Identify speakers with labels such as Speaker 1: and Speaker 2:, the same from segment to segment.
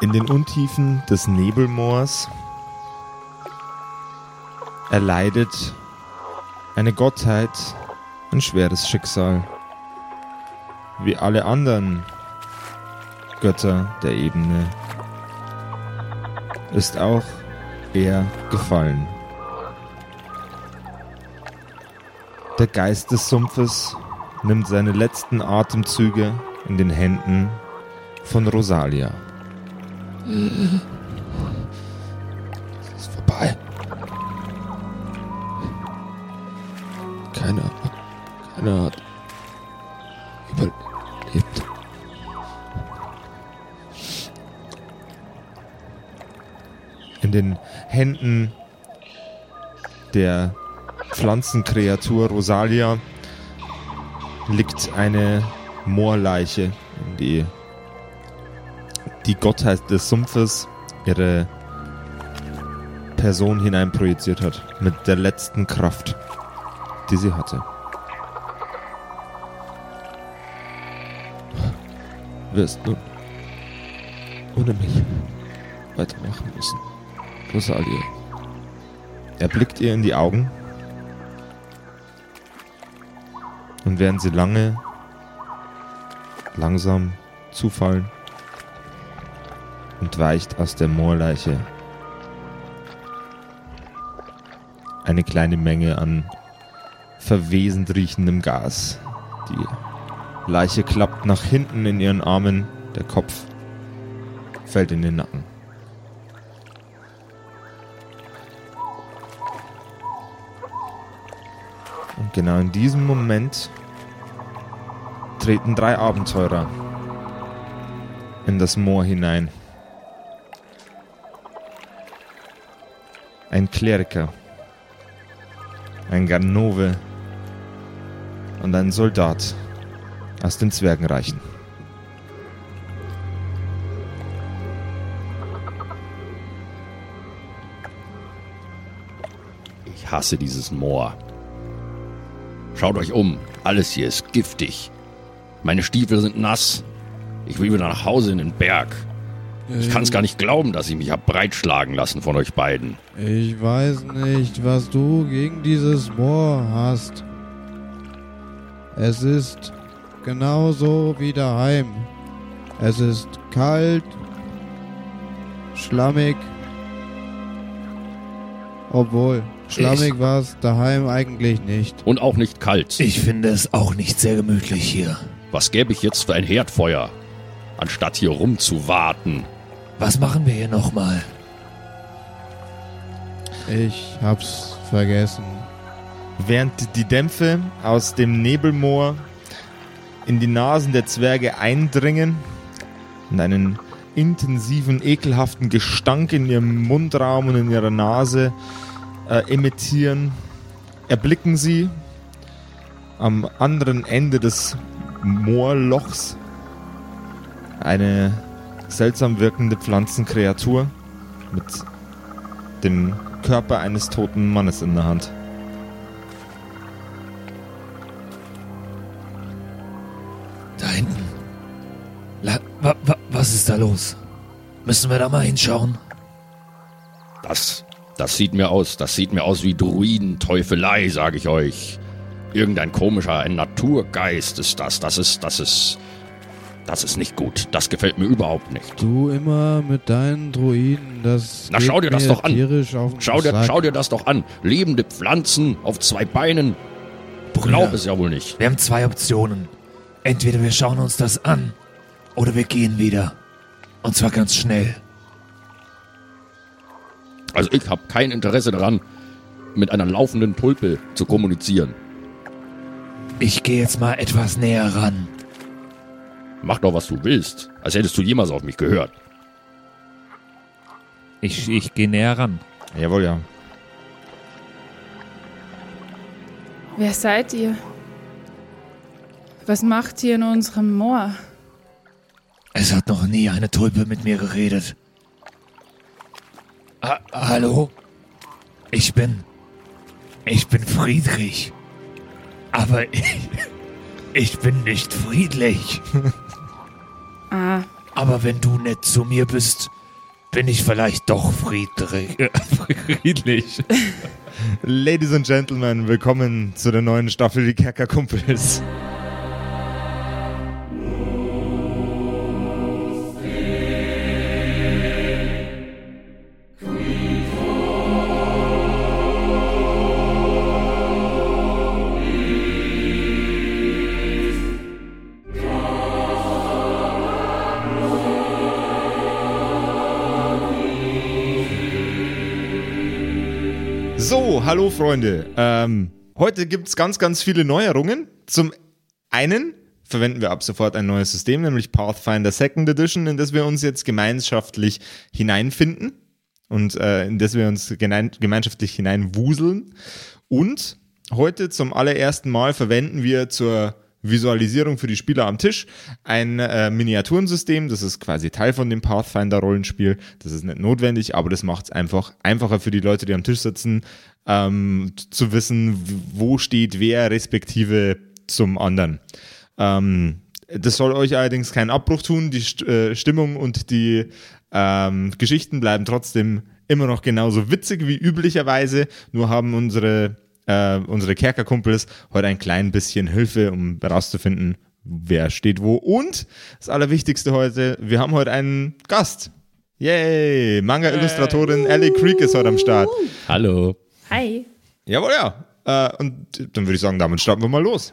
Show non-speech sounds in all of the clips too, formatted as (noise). Speaker 1: In den Untiefen des Nebelmoors erleidet eine Gottheit ein schweres Schicksal, wie alle anderen Götter der Ebene, ist auch er gefallen. Der Geist des Sumpfes nimmt seine letzten Atemzüge in den Händen von Rosalia.
Speaker 2: Es Äh. ist vorbei. Keiner, keiner hat
Speaker 3: (laughs)
Speaker 2: überlebt.
Speaker 1: In den Händen der Pflanzenkreatur Rosalia liegt eine Moorleiche, in die die Gottheit des Sumpfes ihre Person hineinprojiziert hat. Mit der letzten Kraft, die sie hatte.
Speaker 2: Wirst nun ohne mich weitermachen müssen. Rosalie.
Speaker 1: Er blickt ihr in die Augen. Und während sie lange, langsam zufallen und weicht aus der Moorleiche eine kleine Menge an verwesend riechendem Gas. Die Leiche klappt nach hinten in ihren Armen, der Kopf fällt in den Nacken. Und genau in diesem Moment treten drei Abenteurer in das Moor hinein. Ein Kleriker, ein Ganove und ein Soldat aus den Zwergenreichen.
Speaker 4: Ich hasse dieses Moor. Schaut euch um. Alles hier ist giftig. Meine Stiefel sind nass. Ich will wieder nach Hause in den Berg. Ich kann es gar nicht glauben, dass ich mich hab breitschlagen lassen von euch beiden.
Speaker 3: Äh, Ich weiß nicht, was du gegen dieses Moor hast. Es ist genauso wie daheim. Es ist kalt, schlammig. Obwohl, schlammig war es daheim eigentlich nicht.
Speaker 4: Und auch nicht kalt.
Speaker 5: Ich finde es auch nicht sehr gemütlich hier.
Speaker 4: Was gäbe ich jetzt für ein Herdfeuer, anstatt hier rumzuwarten?
Speaker 5: Was machen wir hier nochmal?
Speaker 3: Ich hab's vergessen.
Speaker 1: Während die Dämpfe aus dem Nebelmoor in die Nasen der Zwerge eindringen und einen intensiven, ekelhaften Gestank in ihrem Mundraum und in ihrer Nase äh, emittieren, erblicken sie am anderen Ende des Moorlochs eine seltsam wirkende Pflanzenkreatur mit dem Körper eines toten Mannes in der Hand.
Speaker 5: Da hinten. La wa wa was ist da los? Müssen wir da mal hinschauen?
Speaker 4: Das, das sieht mir aus, das sieht mir aus wie Druidenteufelei, sage ich euch. Irgendein komischer, ein Naturgeist ist das. Das ist, das ist, das ist nicht gut. Das gefällt mir überhaupt nicht.
Speaker 3: Du immer mit deinen Druiden, das.
Speaker 4: Na,
Speaker 3: geht
Speaker 4: schau dir das
Speaker 3: mir
Speaker 4: doch an.
Speaker 3: tierisch auf den
Speaker 4: Schau dir,
Speaker 3: Sack.
Speaker 4: schau dir das doch an. Lebende Pflanzen auf zwei Beinen. Glaub es ja wohl nicht.
Speaker 5: Wir haben zwei Optionen. Entweder wir schauen uns das an oder wir gehen wieder. Und zwar ganz schnell.
Speaker 4: Also ich habe kein Interesse daran, mit einer laufenden Tulpe zu kommunizieren.
Speaker 5: Ich gehe jetzt mal etwas näher ran.
Speaker 4: Mach doch, was du willst. Als hättest du jemals auf mich gehört.
Speaker 6: Ich, ich gehe näher ran.
Speaker 1: Jawohl, ja.
Speaker 7: Wer seid ihr? Was macht ihr in unserem Moor?
Speaker 5: Es hat noch nie eine Tulpe mit mir geredet. Ha Hallo? Ich bin. Ich bin Friedrich. (laughs) Aber ich. Ich bin nicht friedlich.
Speaker 7: Ah,
Speaker 5: Aber wenn du nett zu mir bist, bin ich vielleicht doch friedlich.
Speaker 3: (laughs)
Speaker 6: Friedlich.
Speaker 1: Ladies and Gentlemen, willkommen zu der neuen Staffel Die Kerkerkumpels. So, hallo Freunde. Ähm, heute gibt es ganz, ganz viele Neuerungen. Zum einen verwenden wir ab sofort ein neues System, nämlich Pathfinder Second Edition, in das wir uns jetzt gemeinschaftlich hineinfinden und äh, in das wir uns genein- gemeinschaftlich hineinwuseln. Und heute zum allerersten Mal verwenden wir zur Visualisierung für die Spieler am Tisch ein äh, Miniaturensystem. Das ist quasi Teil von dem Pathfinder-Rollenspiel. Das ist nicht notwendig, aber das macht es einfach einfacher für die Leute, die am Tisch sitzen, ähm, t- zu wissen, w- wo steht wer respektive zum anderen. Ähm, das soll euch allerdings keinen Abbruch tun. Die St äh, Stimmung und die ähm, Geschichten bleiben trotzdem immer noch genauso witzig wie üblicherweise. Nur haben unsere, äh, unsere Kerkerkumpels heute ein klein bisschen Hilfe, um herauszufinden, wer steht wo. Und das Allerwichtigste heute, wir haben heute einen Gast. Yay! Manga-Illustratorin Ellie Creek ist heute am Start.
Speaker 2: Hallo.
Speaker 7: Hi.
Speaker 1: Jawohl, ja. Äh, und dann würde ich sagen, damit starten wir mal los.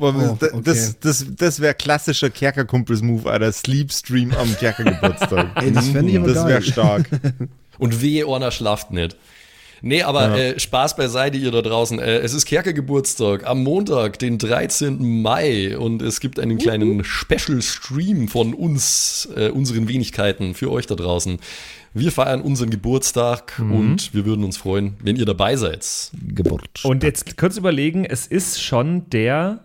Speaker 1: Boah,
Speaker 8: Oh,
Speaker 1: das-
Speaker 8: okay.
Speaker 1: Das, das, das wäre klassischer Kerkerkumpels-Move, Alter. Sleep-Stream am Kerkergeburtstag.
Speaker 8: (laughs) Ey, das fänd ich aber
Speaker 1: Das wäre
Speaker 8: geil. (laughs)
Speaker 1: stark.
Speaker 9: Und wehe, Orna schlaft nicht. Nee, aber äh, Spaß beiseite, ihr da draußen. Äh, es ist Kerkergeburtstag am Montag, den 13. Mai. Und es gibt einen kleinen Special-Stream von uns, äh, unseren Wenigkeiten, für euch da draußen. Wir feiern unseren Geburtstag
Speaker 6: Mhm.
Speaker 9: und wir würden uns freuen, wenn ihr dabei seid.
Speaker 6: Und jetzt kurz überlegen, es ist schon der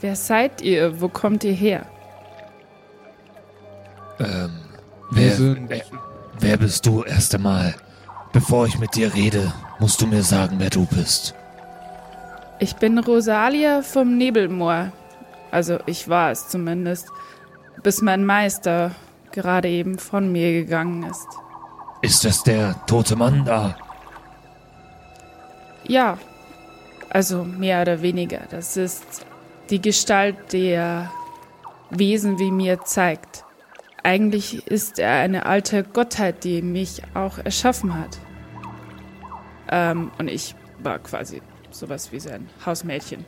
Speaker 7: Wer seid ihr? Wo kommt ihr her?
Speaker 3: Wir
Speaker 5: Ähm, Wer,
Speaker 3: sind
Speaker 5: wer, wer bist du erst einmal? Bevor ich mit dir rede, musst du mir sagen, wer du bist.
Speaker 7: Ich bin Rosalia vom Nebelmoor. Also ich war es zumindest, bis mein Meister gerade eben von mir gegangen ist.
Speaker 5: Ist das der tote Mann Ah, da?
Speaker 7: Ja, also mehr oder weniger. Das ist die Gestalt, der Wesen wie mir zeigt. Eigentlich ist er eine alte Gottheit, die mich auch erschaffen hat. Ähm, und ich war quasi sowas wie sein Hausmädchen.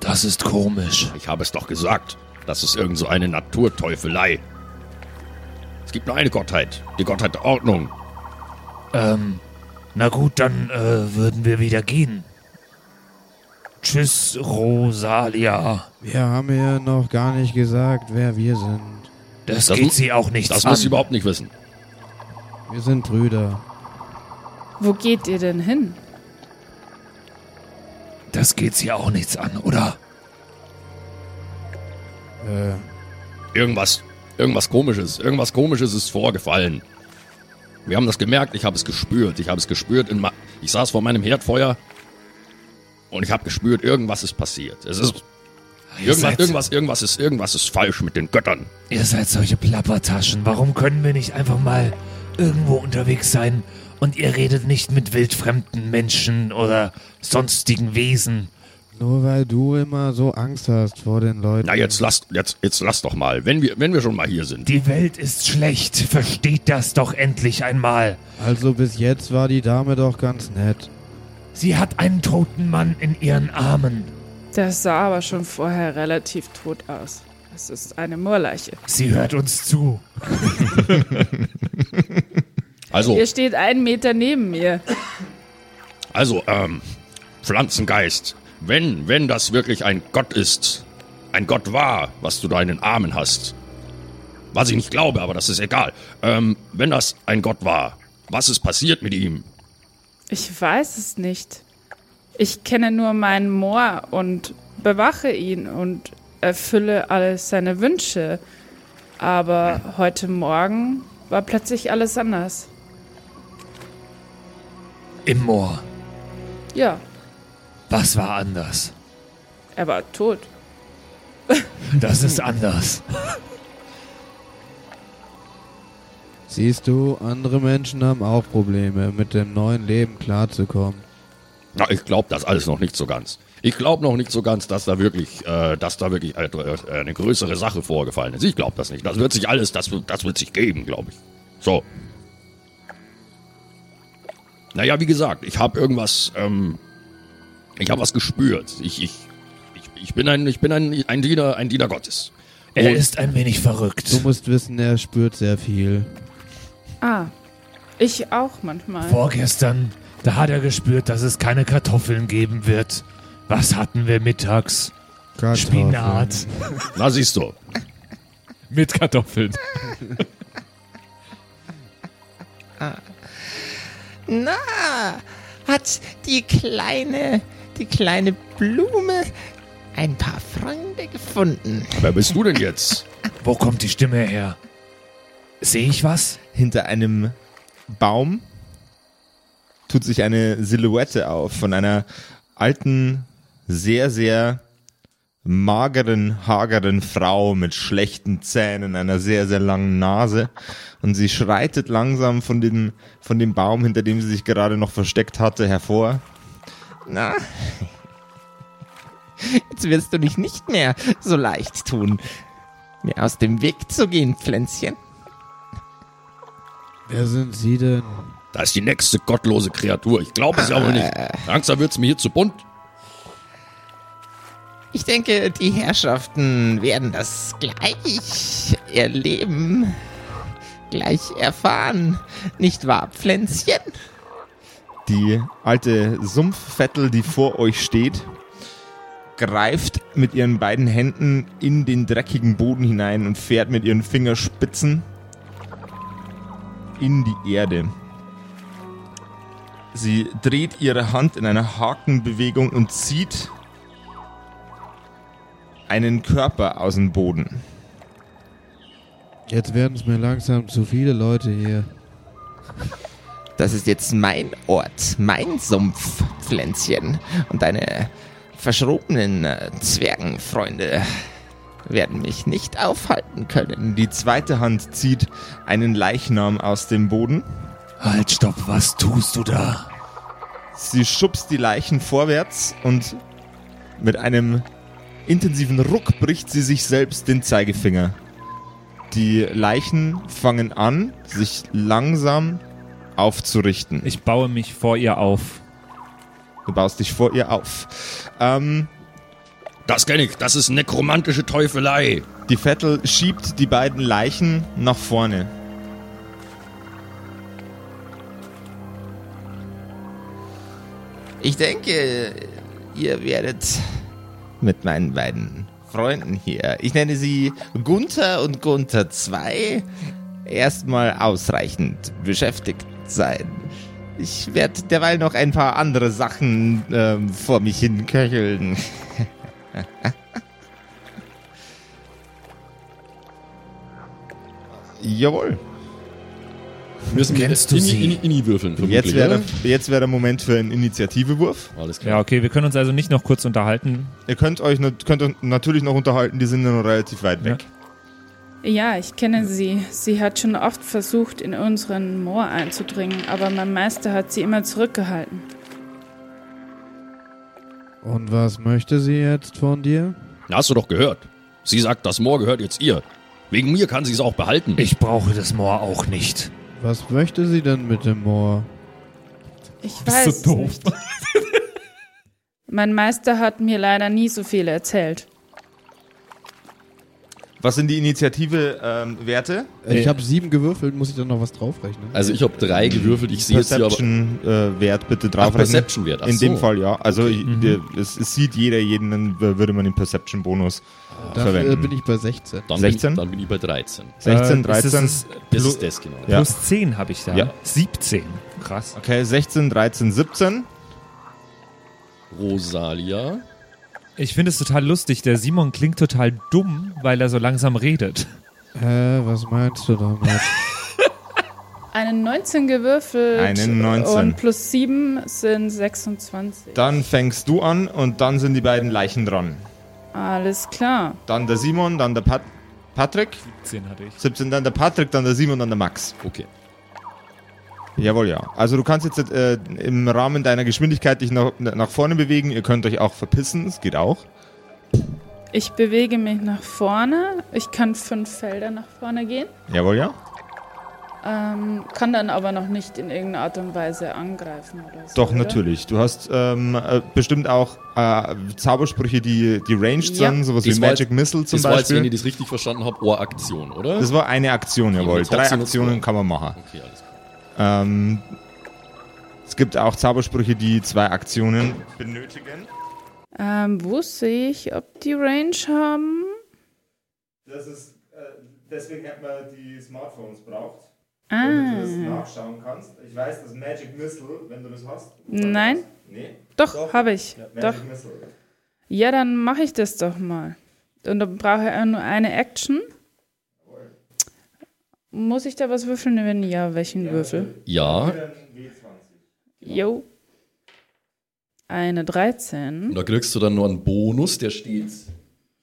Speaker 5: Das ist komisch.
Speaker 4: Ich habe es doch gesagt. Das ist irgend so eine Naturteufelei. Es gibt nur eine Gottheit. Die Gottheit der Ordnung.
Speaker 5: Ähm, na gut, dann äh, würden wir wieder gehen. Tschüss, Rosalia.
Speaker 3: Wir haben ja noch gar nicht gesagt, wer wir sind.
Speaker 5: Das,
Speaker 4: Das mu-
Speaker 5: geht sie auch nichts
Speaker 4: Das
Speaker 5: an.
Speaker 4: muss ich überhaupt nicht wissen.
Speaker 3: Wir sind Brüder.
Speaker 7: Wo geht ihr denn hin?
Speaker 5: das geht sie auch nichts an, oder?
Speaker 3: Äh,
Speaker 4: Irgendwas, irgendwas komisches, irgendwas komisches ist vorgefallen. Wir haben das gemerkt, ich habe es gespürt, ich habe es gespürt. In ma ich saß vor meinem Herdfeuer und ich habe gespürt, irgendwas ist passiert. Es ist
Speaker 5: Ah, Ihr
Speaker 4: irgendwas,
Speaker 5: seid,
Speaker 4: irgendwas, irgendwas ist, irgendwas ist falsch mit den Göttern.
Speaker 5: ihr seid solche Plappertaschen. Warum können wir nicht einfach mal irgendwo unterwegs sein und ihr redet nicht mit wildfremden Menschen oder sonstigen Wesen?
Speaker 3: nur weil du immer so Angst hast vor den Leuten.
Speaker 4: Na jetzt lasst, jetzt, jetzt lasst doch mal, wenn wir, wenn wir schon mal hier sind.
Speaker 5: Die Welt ist schlecht. Versteht das doch endlich einmal.
Speaker 3: Also bis jetzt war die Dame doch ganz nett.
Speaker 5: Sie hat einen toten Mann in ihren Armen.
Speaker 7: Das sah aber schon vorher relativ tot aus. Es ist eine Moorleiche.
Speaker 5: Sie hört uns (laughs) zu.
Speaker 4: Also,
Speaker 7: Ihr steht einen Meter neben mir.
Speaker 4: also, ähm, Pflanzengeist, wenn, wenn das wirklich ein Gott ist, ein Gott war, was du da in den Armen hast, was ich nicht glaube, aber das ist egal. Ähm, wenn das ein Gott war, was ist passiert mit ihm?
Speaker 7: Ich weiß es nicht. Ich kenne nur meinen Moor und bewache ihn und erfülle alle seine Wünsche. Aber heute Morgen war plötzlich alles anders.
Speaker 5: Im Moor.
Speaker 7: Ja,
Speaker 5: Was war anders?
Speaker 7: er war tot.
Speaker 5: Das ist anders.
Speaker 3: Siehst du, andere Menschen haben auch Probleme, mit dem neuen Leben klarzukommen.
Speaker 4: Na, ich glaube das alles noch nicht so ganz. Ich glaube noch nicht so ganz, dass da wirklich, äh, dass da wirklich äh, äh, eine größere Sache vorgefallen ist. Ich glaube das nicht. Das wird sich alles, das, wird- das wird sich geben, glaube ich. So. Naja, wie gesagt, ich habe irgendwas, ähm, ich habe was gespürt. Ich, ich, ich, ich bin ein, ich bin ein, ein Diener, ein Diener Gottes.
Speaker 5: Er
Speaker 4: Und-
Speaker 5: ist ein wenig
Speaker 3: Du
Speaker 5: verrückt.
Speaker 3: musst wissen, er spürt sehr viel.
Speaker 7: Ah, ich auch manchmal.
Speaker 5: Vorgestern, da hat er gespürt, dass es keine Kartoffeln geben wird. Was hatten wir mittags?
Speaker 3: Kartoffeln.
Speaker 5: Spinat.
Speaker 4: (laughs) Na, siehst du.
Speaker 6: Mit Kartoffeln.
Speaker 10: Na, hat die kleine, die kleine Blume ein paar Freunde gefunden.
Speaker 4: (laughs) Wer bist du denn jetzt?
Speaker 5: Wo kommt die Stimme her? Sehe ich was?
Speaker 1: Hinter einem Baum tut sich eine Silhouette auf von einer alten, sehr, sehr mageren, hageren Frau mit schlechten Zähnen, einer sehr, sehr langen Nase. Und sie schreitet langsam von dem, von dem Baum, hinter dem sie sich gerade noch versteckt hatte, hervor.
Speaker 10: Na, jetzt wirst du dich nicht mehr so leicht tun, mir aus dem Weg zu gehen, Pflänzchen.
Speaker 3: Wer sind Sie denn?
Speaker 4: Da ist die nächste gottlose Kreatur. Ich glaube es ja wohl nicht.
Speaker 5: Ah.
Speaker 4: Langsam wird's mir hier zu bunt.
Speaker 10: Ich denke, die Herrschaften werden das gleich erleben, gleich erfahren. Nicht wahr, Pflänzchen?
Speaker 1: Die alte Sumpfvettel, die vor euch steht, greift mit ihren beiden Händen in den dreckigen Boden hinein und fährt mit ihren Fingerspitzen in die Erde. Sie dreht ihre Hand in einer Hakenbewegung und zieht einen Körper aus dem Boden.
Speaker 3: Jetzt werden es mir langsam zu viele Leute hier.
Speaker 10: Das ist jetzt mein Ort, mein Sumpf, Pflänzchen. Und deine verschrobenen äh, Zwergenfreunde werden mich nicht aufhalten können.
Speaker 1: Die zweite Hand zieht einen Leichnam aus dem Boden.
Speaker 5: Halt, stopp, was tust du da?
Speaker 1: Sie schubst die Leichen vorwärts und mit einem intensiven Ruck bricht sie sich selbst den Zeigefinger. Die Leichen fangen an, sich langsam aufzurichten.
Speaker 6: Ich baue mich vor ihr auf.
Speaker 1: Du baust dich vor ihr auf. Ähm,
Speaker 4: Das kenne ich. Das ist nekromantische Teufelei.
Speaker 1: die Vettel schiebt die beiden Leichen nach vorne.
Speaker 10: Ich denke, Ihr werdet mit meinen beiden Freunden hier, ich nenne sie Gunther und Gunther 2, erstmal ausreichend beschäftigt sein. Ich werde derweil noch ein paar andere Sachen ähm, vor mich hin
Speaker 1: (laughs)
Speaker 10: köcheln. Jawohl.
Speaker 4: Müssen wir
Speaker 5: Kennst du
Speaker 4: Inni-
Speaker 5: sie?
Speaker 4: Inni- Inni würfeln,
Speaker 1: Jetzt
Speaker 4: vermutlich,
Speaker 1: wäre
Speaker 4: oder?
Speaker 1: der, jetzt wär der Moment für einen Initiativewurf.
Speaker 4: Alles klar.
Speaker 6: Ja, okay, wir können uns also nicht noch kurz unterhalten.
Speaker 1: Ihr könnt euch nat- könnt euch natürlich noch unterhalten, die sind ja noch relativ weit weg.
Speaker 7: Ja, ich kenne sie. Sie hat schon oft versucht, in unseren Moor einzudringen, aber mein Meister hat sie immer zurückgehalten.
Speaker 3: Und was möchte sie jetzt von dir?
Speaker 4: Na, Hast du doch gehört. Sie sagt, das Moor gehört jetzt ihr. Wegen mir kann sie es auch behalten.
Speaker 5: Ich brauche das Moor auch nicht.
Speaker 3: Was möchte sie denn mit dem Moor?
Speaker 7: Ich weiß. es
Speaker 6: doof.
Speaker 7: Nicht. Mein Meister hat mir leider nie so viel erzählt.
Speaker 1: Was sind die Initiative-Werte?
Speaker 3: Äh, Ich habe sieben gewürfelt, muss ich dann noch was draufrechnen? Hm.
Speaker 4: Also ich habe drei gewürfelt, ich sehe jetzt hier aber...
Speaker 1: Perception-Wert äh, bitte
Speaker 4: Ach,
Speaker 1: draufrechnen.
Speaker 4: Perception wert. Ach
Speaker 1: In dem
Speaker 4: so. Mhm.
Speaker 1: Fall ja. Also ich, ihr- es, es sieht jeder jeden, dann w- würde man den Perception-Bonus
Speaker 3: Dafür äh,
Speaker 1: verwenden.
Speaker 3: bin ich bei 16.
Speaker 4: Dann
Speaker 1: 16?
Speaker 4: Bin, dann bin ich bei 13.
Speaker 1: 16,
Speaker 6: Äh, das
Speaker 1: 13.
Speaker 6: ist-
Speaker 4: Das
Speaker 1: Plu-
Speaker 4: ist das, genau.
Speaker 1: Ja.
Speaker 6: Plus 10 habe ich da.
Speaker 4: Ja.
Speaker 6: 17. Krass.
Speaker 1: Okay, 16, 13, 17.
Speaker 4: Rosalia.
Speaker 6: Ich finde es total lustig. Der Simon klingt total dumm, weil er so langsam redet.
Speaker 3: Hä, was meinst du damit?
Speaker 7: Einen 19 gewürfelt.
Speaker 1: Einen 19.
Speaker 7: Und plus 7 sind 26.
Speaker 1: Dann fängst du an und dann sind die beiden Leichen dran.
Speaker 7: Alles klar.
Speaker 1: Dann der Simon, dann der Pat Patrick.
Speaker 6: 10 hatte ich.
Speaker 1: 17, dann der Patrick, dann der Simon, dann der Max.
Speaker 4: Okay.
Speaker 1: Jawohl, ja. Also du kannst jetzt äh, im Rahmen deiner Geschwindigkeit dich nach, nach vorne bewegen. Ihr könnt euch auch verpissen, es geht auch.
Speaker 7: Ich bewege mich nach vorne. Ich kann fünf Felder nach vorne gehen.
Speaker 1: Jawohl, ja.
Speaker 7: Ähm, kann dann aber noch nicht in irgendeiner Art und Weise angreifen oder so.
Speaker 1: Doch,
Speaker 7: oder?
Speaker 1: natürlich. Du hast ähm, äh, bestimmt auch äh, Zaubersprüche, die, die ranged
Speaker 7: Ja.
Speaker 1: sind, sowas
Speaker 4: Das
Speaker 1: wie
Speaker 4: war
Speaker 1: Magic
Speaker 4: jetzt-
Speaker 1: Missile zum
Speaker 4: das war jetzt, wenn
Speaker 1: Beispiel.
Speaker 4: ich das richtig verstanden habe, Ohraktion, oder?
Speaker 1: das war eine Aktion, jawohl.
Speaker 4: Ja,
Speaker 1: Drei
Speaker 4: trotzdem ist
Speaker 1: Aktionen
Speaker 4: cool.
Speaker 1: kann man machen.
Speaker 4: okay, alles klar.
Speaker 1: Ähm, es gibt auch Zaubersprüche, die zwei Aktionen benötigen.
Speaker 7: Ähm, wo sehe ich, ob die Range haben?
Speaker 1: Das ist, äh, deswegen hat man die Smartphones braucht.
Speaker 7: Ah,
Speaker 1: nachschauen kannst. Ich weiß, dass Magic Missile, wenn du das hast.
Speaker 7: nein.
Speaker 1: Nee,
Speaker 7: Doch, habe ich. Doch.
Speaker 1: Missile.
Speaker 7: Ja, dann mache ich das doch mal. Und dann brauche ich auch nur eine Action. Muss ich da was würfeln? Wenn ja, welchen Würfel?
Speaker 4: Ja,
Speaker 7: Genau. Jo. Eine 13.
Speaker 4: und da kriegst du dann nur einen Bonus, der steht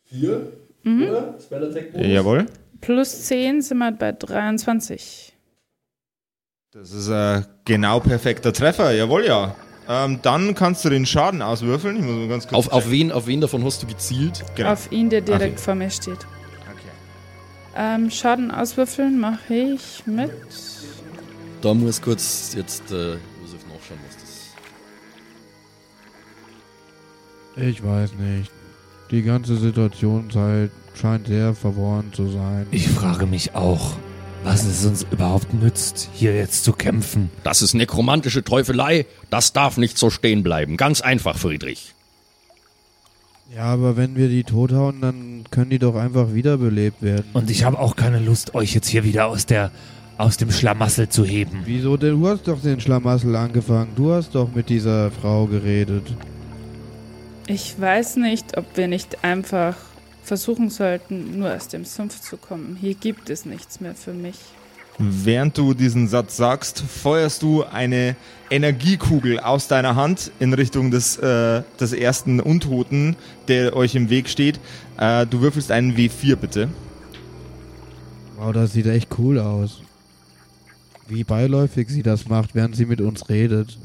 Speaker 4: hier, oder? Spell Attack Bonus.
Speaker 1: Jawohl.
Speaker 7: Plus 10 sind wir bei 23.
Speaker 1: Das ist ein genau perfekter Treffer, jawohl, ja. Ähm, dann kannst du den Schaden auswürfeln. Ich muss mal ganz kurz
Speaker 4: Auf, auf, wen, auf wen davon hast du gezielt?
Speaker 1: Genau.
Speaker 7: Auf ihn, der direkt vor mir steht. Ähm, Schaden auswürfeln mache ich mit.
Speaker 4: Da muss kurz jetzt äh, Josef nachschauen, was das
Speaker 3: Ich weiß nicht. Die ganze Situation sei- scheint sehr verworren zu sein.
Speaker 5: Ich frage mich auch, was es uns überhaupt nützt, hier jetzt zu kämpfen.
Speaker 4: Das ist nekromantische Teufelei. Das darf nicht so stehen bleiben. Ganz einfach, Friedrich.
Speaker 3: ja, aber wenn wir die tothauen, dann können die doch einfach wiederbelebt werden.
Speaker 5: Und ich habe auch keine Lust, euch jetzt hier wieder aus der aus dem Schlamassel zu heben.
Speaker 3: Wieso denn? Du hast doch den Schlamassel angefangen. Du hast doch mit dieser Frau geredet.
Speaker 7: Ich weiß nicht, ob wir nicht einfach versuchen sollten, nur aus dem Sumpf zu kommen. Hier gibt es nichts mehr für mich.
Speaker 1: Während du diesen Satz sagst, feuerst du eine Energiekugel aus deiner Hand in Richtung des, äh, des ersten Untoten, der euch im Weg steht. Äh, du würfelst einen W4 bitte.
Speaker 3: Wow, das sieht echt cool aus. Wie beiläufig sie das macht, während sie mit uns redet.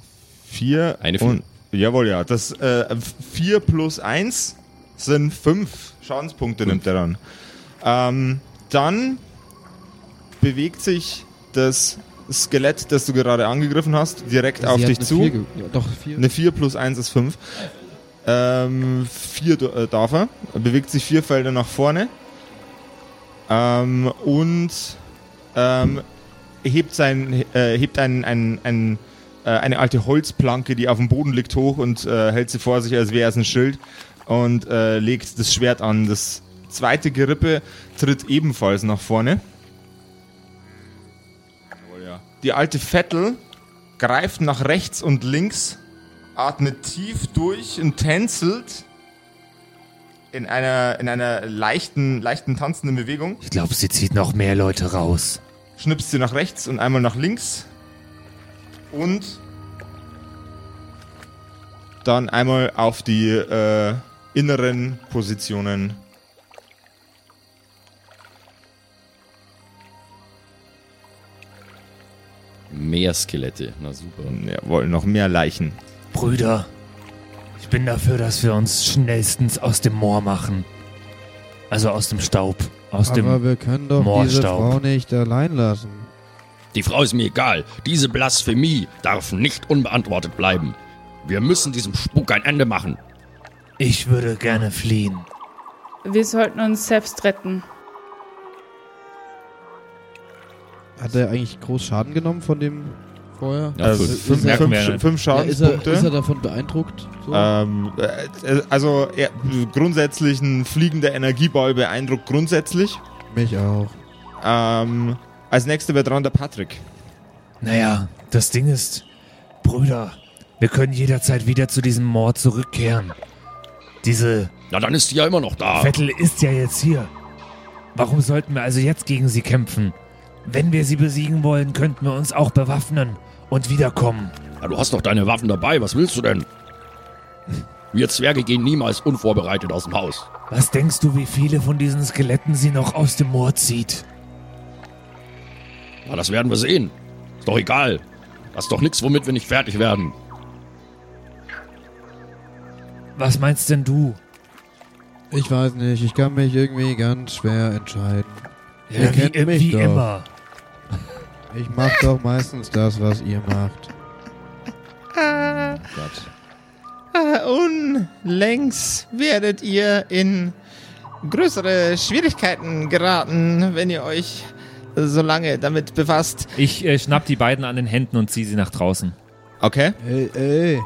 Speaker 1: Vier.
Speaker 4: Eine Vier.
Speaker 1: und Jawohl, ja. Das äh, 4 plus 1 sind 5 Schadenspunkte, nimmt er dann. Ähm, dann bewegt sich das Skelett, das du gerade angegriffen hast, direkt auf
Speaker 8: Sie hat
Speaker 1: dich
Speaker 8: eine
Speaker 1: zu.
Speaker 8: vier ge- ja, doch, vier.
Speaker 1: Eine 4 plus 1 ist 5. Ähm, 4 äh, darf er. Er Bewegt sich vier Felder nach vorne. Ähm, und ähm, hebt, sein, äh, hebt einen, einen, einen äh, eine alte Holzplanke, die auf dem Boden liegt, hoch und äh, hält sie vor sich, als wäre es ein Schild und äh, legt das Schwert an. Das zweite Gerippe tritt ebenfalls nach vorne. Die alte Vettel greift nach rechts und links, atmet tief durch und tänzelt in einer, in einer leichten, leichten tanzenden Bewegung.
Speaker 5: Ich glaube, sie zieht noch mehr Leute raus.
Speaker 1: Schnippst sie nach rechts und einmal nach links. Und dann einmal auf die äh, inneren Positionen.
Speaker 4: Mehr Skelette. Na super.
Speaker 1: Jawohl, noch mehr Leichen.
Speaker 5: Brüder, ich bin dafür, dass wir uns schnellstens aus dem Moor machen. Also aus dem Staub. Aus
Speaker 3: Aber
Speaker 5: dem.
Speaker 3: wir können doch diese
Speaker 5: Moorstaub.
Speaker 3: Frau nicht allein lassen.
Speaker 4: Die Frau ist mir egal. Diese Blasphemie darf nicht unbeantwortet bleiben. Wir müssen diesem Spuk ein Ende machen.
Speaker 5: Ich würde gerne fliehen.
Speaker 7: Wir sollten uns selbst retten.
Speaker 3: Hat er eigentlich groß Schaden genommen von dem Feuer?
Speaker 4: Ja,
Speaker 1: Also
Speaker 4: fünf.
Speaker 1: fünf,
Speaker 8: Merken
Speaker 1: fünf,
Speaker 6: wir
Speaker 1: Sch-
Speaker 6: nicht.
Speaker 1: fünf
Speaker 8: Ja, ist, er,
Speaker 1: Schadenspunkte.
Speaker 8: ist er davon beeindruckt? So?
Speaker 1: Ähm, äh, also ja, grundsätzlich ein fliegender Energieball beeindruckt grundsätzlich.
Speaker 3: Mich auch.
Speaker 1: Ähm, als nächster wäre dran der Patrick.
Speaker 5: Naja, das Ding ist, Brüder, wir können jederzeit wieder zu diesem Moor zurückkehren. Diese
Speaker 4: Na, dann ist sie ja immer noch da.
Speaker 5: Vettel ist ja jetzt hier. Warum sollten wir also jetzt gegen sie kämpfen? Wenn wir sie besiegen wollen, könnten wir uns auch bewaffnen und wiederkommen.
Speaker 4: Ja, du hast doch deine Waffen dabei. Was willst du denn? Wir Zwerge gehen niemals unvorbereitet aus dem Haus.
Speaker 5: Was denkst du, wie viele von diesen Skeletten sie noch aus dem Moor zieht?
Speaker 4: Na, das werden wir sehen. Ist doch egal. Das ist doch nichts, womit wir nicht fertig werden.
Speaker 5: Was meinst denn du?
Speaker 3: Ich weiß nicht, ich kann mich irgendwie ganz schwer entscheiden. Ihr
Speaker 5: Ja, wie
Speaker 3: kennt mich
Speaker 5: wie
Speaker 3: doch.
Speaker 5: immer.
Speaker 3: Ich mach doch meistens das, was ihr macht.
Speaker 10: Ah, Unlängst werdet ihr in größere Schwierigkeiten geraten, wenn ihr euch so lange damit befasst.
Speaker 6: Ich äh, schnapp die beiden an den Händen und ziehe sie nach draußen.
Speaker 1: Okay.
Speaker 3: Ey, ey.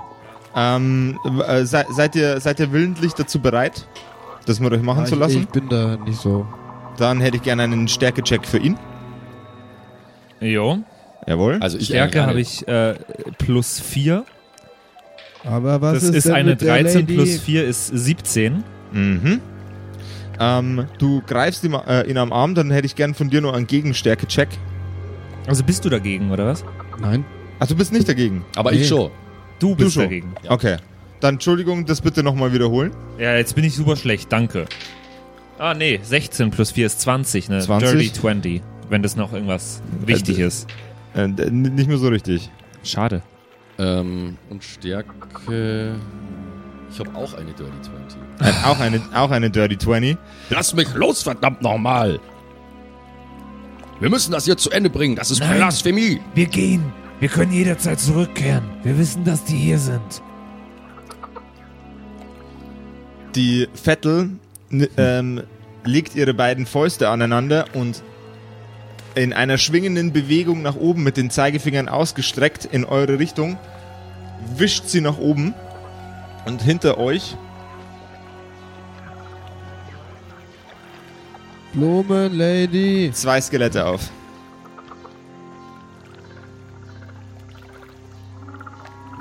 Speaker 1: Ähm, äh, sei, seid, ihr, seid ihr willentlich dazu bereit, das mit euch machen zu
Speaker 3: Ich,
Speaker 1: lassen?
Speaker 3: ich bin da nicht so.
Speaker 1: Dann hätte ich gerne einen Stärkecheck für ihn.
Speaker 6: Jo.
Speaker 1: Jawohl.
Speaker 4: Also ich
Speaker 6: Stärke habe
Speaker 4: eigentlich
Speaker 6: ich äh, plus 4.
Speaker 3: Aber was
Speaker 6: Das
Speaker 3: ist,
Speaker 6: ist
Speaker 3: denn
Speaker 6: eine
Speaker 3: mit der
Speaker 6: 13
Speaker 3: Lady?
Speaker 6: plus 4 ist 17.
Speaker 1: Mhm. Ähm, du greifst ihn, äh, ihn am Arm, dann hätte ich gern von dir nur einen Gegenstärke-Check.
Speaker 6: Also bist du dagegen, oder was?
Speaker 3: Nein.
Speaker 1: Ach, du bist nicht dagegen.
Speaker 4: alle. Aber ich schon.
Speaker 6: Du bist
Speaker 1: schon.
Speaker 6: dagegen.
Speaker 1: Okay. Dann Entschuldigung, das bitte nochmal wiederholen.
Speaker 6: Ja, jetzt bin ich super schlecht, danke. Ah, nee, 16 plus 4 ist 20, ne?
Speaker 1: 20?
Speaker 6: Dirty 20, wenn das noch irgendwas wichtig
Speaker 1: Äh,
Speaker 6: ist.
Speaker 1: Äh, n- nicht mehr so richtig.
Speaker 6: Schade.
Speaker 4: Ähm, und Stärke. Ich habe auch eine Dirty 20.
Speaker 1: Ein, Äh, auch, eine, auch eine Dirty 20.
Speaker 4: Lass mich los, verdammt nochmal! Wir müssen das hier zu Ende bringen. Das ist
Speaker 5: Nein.
Speaker 4: Blasphemie.
Speaker 5: Wir gehen. Wir können jederzeit zurückkehren. Wir wissen, dass die hier sind.
Speaker 1: Die Vettel n- ähm, legt ihre beiden Fäuste aneinander und in einer schwingenden Bewegung nach oben mit den Zeigefingern ausgestreckt in eure Richtung wischt sie nach oben und hinter euch
Speaker 3: Blumenlady.
Speaker 1: zwei Skelette auf.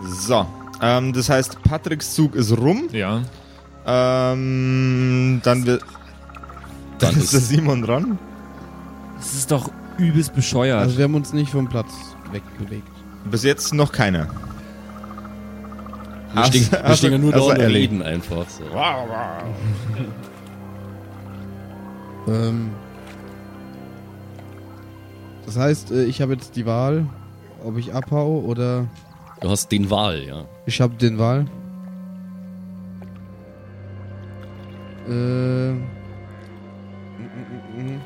Speaker 1: So, ähm, das heißt, Patricks Zug ist rum.
Speaker 6: Ja.
Speaker 1: Ähm, dann, wi- dann ist der Simon dran.
Speaker 6: Das ist doch übelst bescheuert.
Speaker 3: Also wir haben uns nicht vom Platz wegbewegt.
Speaker 1: Bis jetzt noch keiner.
Speaker 4: Wir stehen, wir
Speaker 1: außer-
Speaker 4: stehen ja nur da
Speaker 1: außer
Speaker 4: und
Speaker 1: Ellie.
Speaker 4: reden einfach. So.
Speaker 3: Ähm, das heißt, äh, ich habe jetzt die Wahl, ob ich abhau oder
Speaker 4: Du hast den Wahl, ja.
Speaker 3: ich habe den Wahl. Ähm, mm, mm, mm, mm.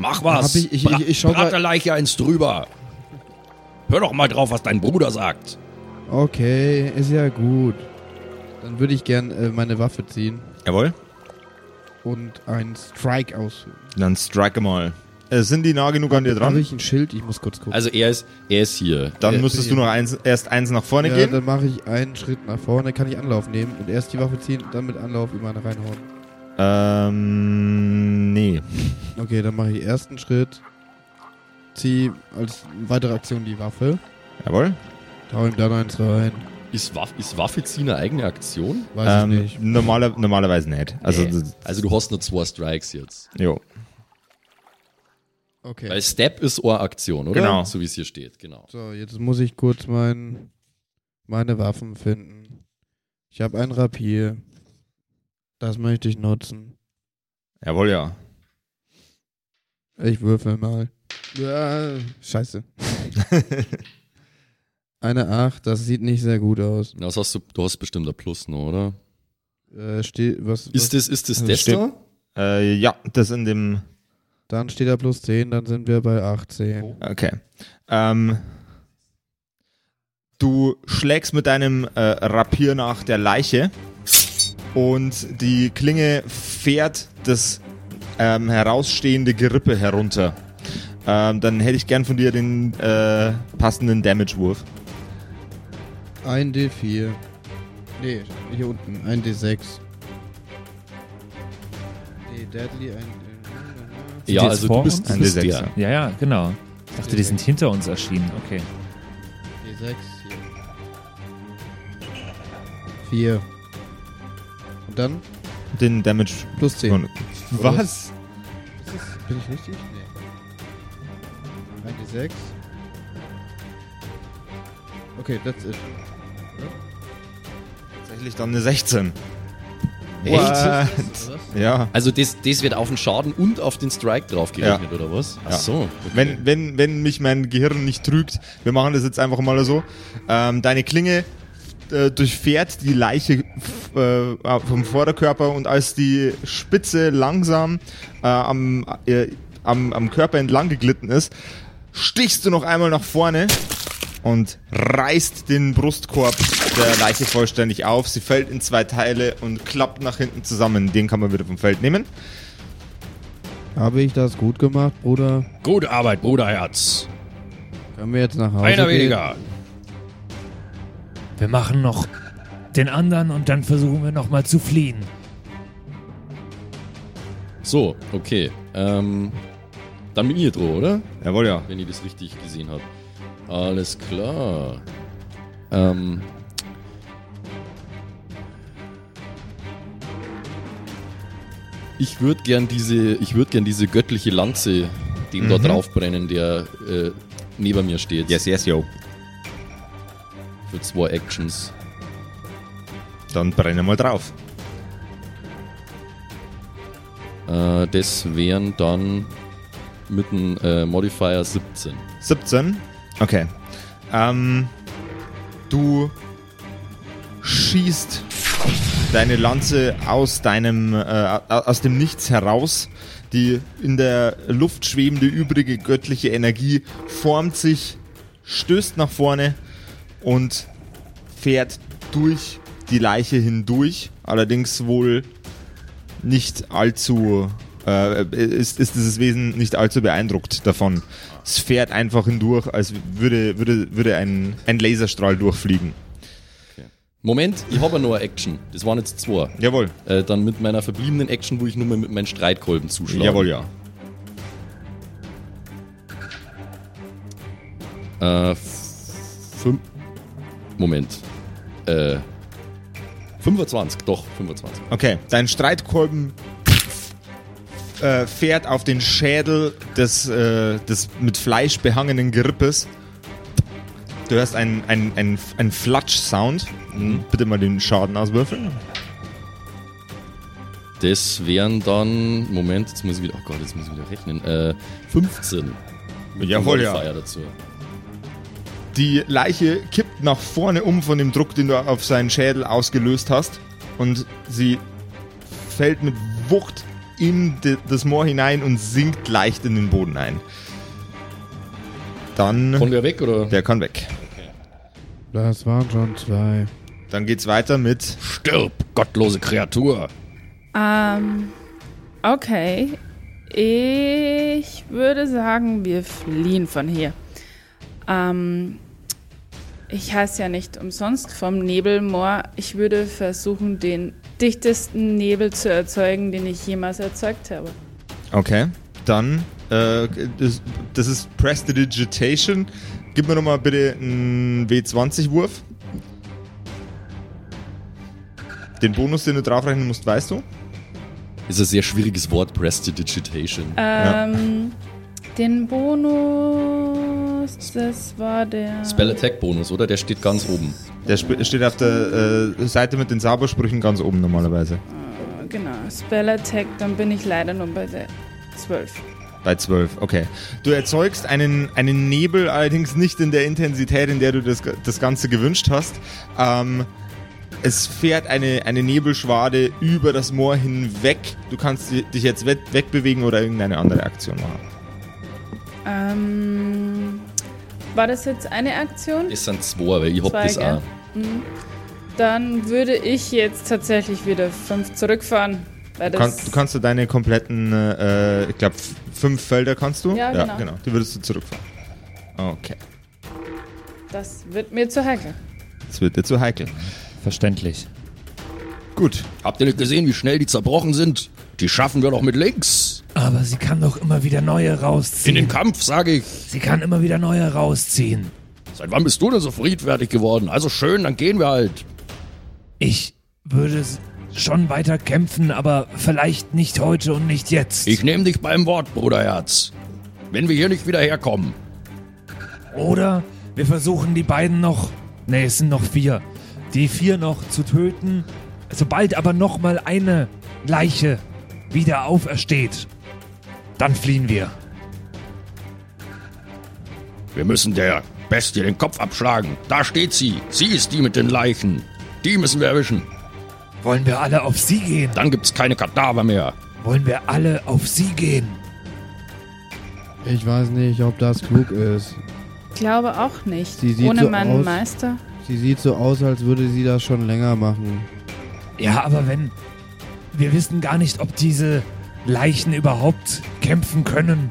Speaker 4: Mach was.
Speaker 3: Hab ich- ich- ich- ich schau
Speaker 4: Brat
Speaker 3: grad-
Speaker 4: der Leiche eins drüber. Hör doch mal drauf, was dein Bruder sagt.
Speaker 3: Okay, ist ja gut. Dann würde ich gern äh, meine Waffe ziehen
Speaker 1: Jawohl.
Speaker 3: und einen Strike ausführen.
Speaker 1: Dann strike mal. Äh, sind die nah genug an dir
Speaker 3: Habe
Speaker 1: dran?
Speaker 3: ich ein Schild? Ich muss kurz gucken.
Speaker 9: Also er ist, er ist hier.
Speaker 1: Dann
Speaker 9: er,
Speaker 1: müsstest du noch eins, erst eins nach vorne
Speaker 3: ja,
Speaker 1: gehen.
Speaker 3: dann mache ich einen Schritt nach vorne, kann ich Anlauf nehmen und erst die Waffe ziehen, dann mit Anlauf immer eine reinhauen.
Speaker 1: Ähm, nee.
Speaker 3: Okay, dann mache ich ersten Schritt, zieh als weitere Aktion die Waffe,
Speaker 1: Jawohl.
Speaker 3: hau ihm dann eins rein,
Speaker 9: ist, Waff, ist Waffe ziehen eine eigene Aktion?
Speaker 3: weiß ich
Speaker 1: Ähm,
Speaker 3: nicht.
Speaker 1: normaler, normalerweise nicht. Also,
Speaker 9: Nee.
Speaker 1: das-
Speaker 9: also du hast nur zwei Strikes jetzt.
Speaker 1: jo.
Speaker 3: Okay.
Speaker 9: Weil Step ist eine Aktion, oder?
Speaker 1: Genau.
Speaker 9: So wie es hier steht, genau.
Speaker 3: So, jetzt muss ich kurz mein, meine Waffen finden. Ich habe ein Rapier. Das möchte ich nutzen.
Speaker 1: Jawohl, ja.
Speaker 3: Ich würfel mal. Ja,
Speaker 9: (laughs)
Speaker 3: scheiße. Eine 8, das sieht nicht sehr gut aus.
Speaker 9: Na, Was hast du, du hast bestimmt ein Plus noch, oder?
Speaker 3: Äh, steht, was, was,
Speaker 9: Ist das, ist das
Speaker 1: Also
Speaker 9: das
Speaker 1: stimmt.
Speaker 9: da?
Speaker 1: Äh, ja, das in
Speaker 9: Ähm,
Speaker 1: dem.
Speaker 3: dann steht da plus 10, dann sind wir bei 18.
Speaker 9: Oh.
Speaker 1: Okay. Ähm, du schlägst mit deinem äh, Rapier nach der Leiche und die Klinge fährt das ähm, herausstehende Gerippe herunter. Ähm, dann hätte ich gern von dir den äh, passenden Damage-Wurf.
Speaker 3: Ein D4. Nee, hier unten. Ein D6. Nee, Deadly, ein.
Speaker 6: Sind
Speaker 9: Ja,
Speaker 6: die jetzt
Speaker 9: also
Speaker 6: vor
Speaker 9: du bist,
Speaker 6: uns?
Speaker 9: du
Speaker 1: Ein
Speaker 9: bist
Speaker 1: D6er.
Speaker 9: der.
Speaker 6: Ja, ja, genau. Ich dachte, die sind hinter uns erschienen. Okay.
Speaker 3: D6 hier. 4. Und dann
Speaker 1: Den Damage.
Speaker 3: plus 10.
Speaker 1: Was?
Speaker 3: Bin ich richtig? Nee. Ein D6. Okay, that's it.
Speaker 1: Tatsächlich dann eine 16.
Speaker 9: Echt?
Speaker 1: Ja.
Speaker 9: Also das, das wird auf den Schaden und auf den Strike draufgerechnet, oder was? Ach
Speaker 1: Ja.
Speaker 9: so. Okay.
Speaker 1: Wenn, wenn, wenn mich mein Gehirn nicht trügt, wir machen das jetzt einfach mal so. Ähm, deine Klinge äh, durchfährt die Leiche f- äh, vom Vorderkörper und als die Spitze langsam äh, am, äh, am, am Körper entlang geglitten ist, stichst du noch einmal nach vorne und reißt den Brustkorb der Leiche vollständig auf. Sie fällt in zwei Teile und klappt nach hinten zusammen. Den kann man wieder vom Feld nehmen.
Speaker 3: Habe ich das gut gemacht, Bruder?
Speaker 9: Gute Arbeit, Bruderherz.
Speaker 3: Können wir jetzt nach Hause
Speaker 9: Einer
Speaker 3: gehen?
Speaker 9: weniger.
Speaker 5: Wir machen noch den anderen und dann versuchen wir nochmal zu fliehen.
Speaker 9: So, okay. Ähm, dann bin ich dran, oder?
Speaker 1: Jawohl, ja.
Speaker 9: Wenn ich das richtig gesehen habe. Alles klar. Ähm. Ich würde gern diese, ich würde gern diese göttliche Lanze dem da draufbrennen, der äh, neben mir steht.
Speaker 1: Mhm. Yes, yes, yo.
Speaker 9: Für zwei Actions.
Speaker 1: Dann brenne mal drauf.
Speaker 9: Äh, das wären dann mit einem äh, Modifier 17.
Speaker 1: 17. Okay. Ähm, du schießt deine Lanze aus deinem äh, aus dem Nichts heraus. Die in der Luft schwebende übrige göttliche Energie formt sich, stößt nach vorne und fährt durch die Leiche hindurch. Allerdings wohl nicht allzu äh, ist, ist dieses Wesen nicht allzu beeindruckt davon. Es fährt einfach hindurch, als würde, würde, würde ein, ein Laserstrahl durchfliegen.
Speaker 9: Moment, ich habe nur eine Action. Das waren jetzt zwei.
Speaker 1: Jawohl.
Speaker 9: Äh, dann mit meiner verbliebenen Action, wo ich nur mal mit meinen Streitkolben zuschlage.
Speaker 1: Jawohl, ja.
Speaker 9: Äh, fünf. Moment. Äh. 25, doch, 25.
Speaker 1: Okay, dein Streitkolben äh, fährt auf den Schädel des, äh, des mit Fleisch behangenen Gerippes. Du hörst einen, einen, einen, einen Flatsch-Sound.
Speaker 9: Mhm.
Speaker 1: Bitte mal den Schaden auswürfeln.
Speaker 9: Das wären dann. Moment, jetzt muss ich wieder. Oh Gott, jetzt muss ich wieder rechnen. Äh, 15. Mit
Speaker 1: Jawohl, ja.
Speaker 9: Modifier dazu.
Speaker 1: Die Leiche kippt nach vorne um von dem Druck, den du auf seinen Schädel ausgelöst hast. Und sie fällt mit Wucht in de, das Moor hinein und sinkt leicht in den Boden ein. Dann.
Speaker 9: Kommt der weg oder?
Speaker 1: Der kann weg.
Speaker 3: Das waren schon zwei.
Speaker 1: Dann geht's weiter mit.
Speaker 9: Stirb, gottlose Kreatur.
Speaker 7: Ähm, okay. Ich würde sagen, wir fliehen von hier. Ähm, ich heiße ja nicht umsonst vom Nebelmoor. Ich würde versuchen, den dichtesten Nebel zu erzeugen, den ich jemals erzeugt habe.
Speaker 1: Okay, dann, äh, das, das ist Prestidigitation. Gib mir nochmal bitte einen W20-Wurf. Den Bonus, den du draufrechnen musst, weißt du?
Speaker 9: Ist ein sehr schwieriges Wort, Prestidigitation.
Speaker 7: Ähm, Den Bonus, das war der.
Speaker 9: Spell Attack Bonus, oder? Der steht ganz oben.
Speaker 1: Der sp- steht auf der äh, Seite mit den Zaubersprüchen ganz oben normalerweise.
Speaker 7: Genau, Spell Attack, dann bin ich leider nur bei der 12.
Speaker 1: Bei 12, okay. Du erzeugst einen, einen Nebel, allerdings nicht in der Intensität, in der du das, das Ganze gewünscht hast. Ähm, es fährt eine, eine Nebelschwade über das Moor hinweg. Du kannst di- dich jetzt we- wegbewegen oder irgendeine andere Aktion machen.
Speaker 7: Ähm, war das jetzt eine Aktion?
Speaker 9: Ist dann 2, weil ich hab
Speaker 7: Zwei,
Speaker 9: das
Speaker 7: gell? Mhm.
Speaker 9: auch.
Speaker 7: Dann würde ich jetzt tatsächlich wieder 5 zurückfahren. Weil
Speaker 1: Du,
Speaker 7: das
Speaker 1: kannst du kannst du deine kompletten, äh, ich glaube, fünf Felder kannst du?
Speaker 7: Ja, genau.
Speaker 1: Die würdest du zurückfahren. Okay,
Speaker 7: das wird mir zu heikel.
Speaker 1: das wird dir zu heikel.
Speaker 5: Verständlich.
Speaker 1: Gut,
Speaker 4: Habt ihr nicht gesehen, wie schnell die zerbrochen sind? Die schaffen wir doch mit links.
Speaker 5: Aber sie kann doch immer wieder neue
Speaker 4: In den
Speaker 5: rausziehen.
Speaker 4: Kampf, sage ich.
Speaker 5: Sie kann immer wieder neue rausziehen.
Speaker 4: Seit wann bist du denn so friedfertig geworden? Also schön, dann gehen wir halt.
Speaker 5: Ich würde s- schon weiter kämpfen, aber vielleicht nicht heute und nicht jetzt.
Speaker 4: Ich nehme dich beim Wort, Bruderherz. Wenn wir hier nicht wieder herkommen.
Speaker 5: Oder wir versuchen die beiden noch, nee, es sind noch vier, die vier noch zu töten, sobald aber nochmal eine Leiche wieder aufersteht, dann fliehen wir.
Speaker 4: Wir müssen der Bestie den Kopf abschlagen. Da steht sie. Sie ist die mit den Leichen. Die müssen wir erwischen.
Speaker 5: Wollen wir alle auf sie gehen?
Speaker 4: Dann gibt's keine Kadaver mehr.
Speaker 5: Wollen wir alle auf sie gehen?
Speaker 3: Ich weiß nicht, ob das klug ist.
Speaker 7: Ich glaube auch nicht.
Speaker 3: Sie sieht
Speaker 7: Ohne
Speaker 3: so
Speaker 7: meinen
Speaker 3: aus.
Speaker 7: Meister.
Speaker 3: Sie sieht so aus, als würde sie das schon länger machen.
Speaker 5: Ja, aber wenn... Wir wissen gar nicht, ob diese Leichen überhaupt kämpfen können.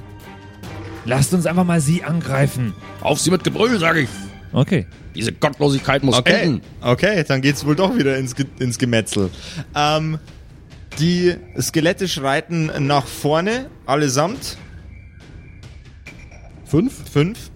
Speaker 5: Lasst uns einfach mal sie angreifen.
Speaker 4: Auf sie mit Gebrüll, sage ich.
Speaker 5: Okay.
Speaker 4: Diese Gottlosigkeit muss
Speaker 1: Okay,
Speaker 4: enden.
Speaker 1: okay, dann geht's wohl doch wieder ins, Ge ins Gemetzel. Ähm, die Skelette schreiten nach vorne, allesamt. Fünf? Fünf.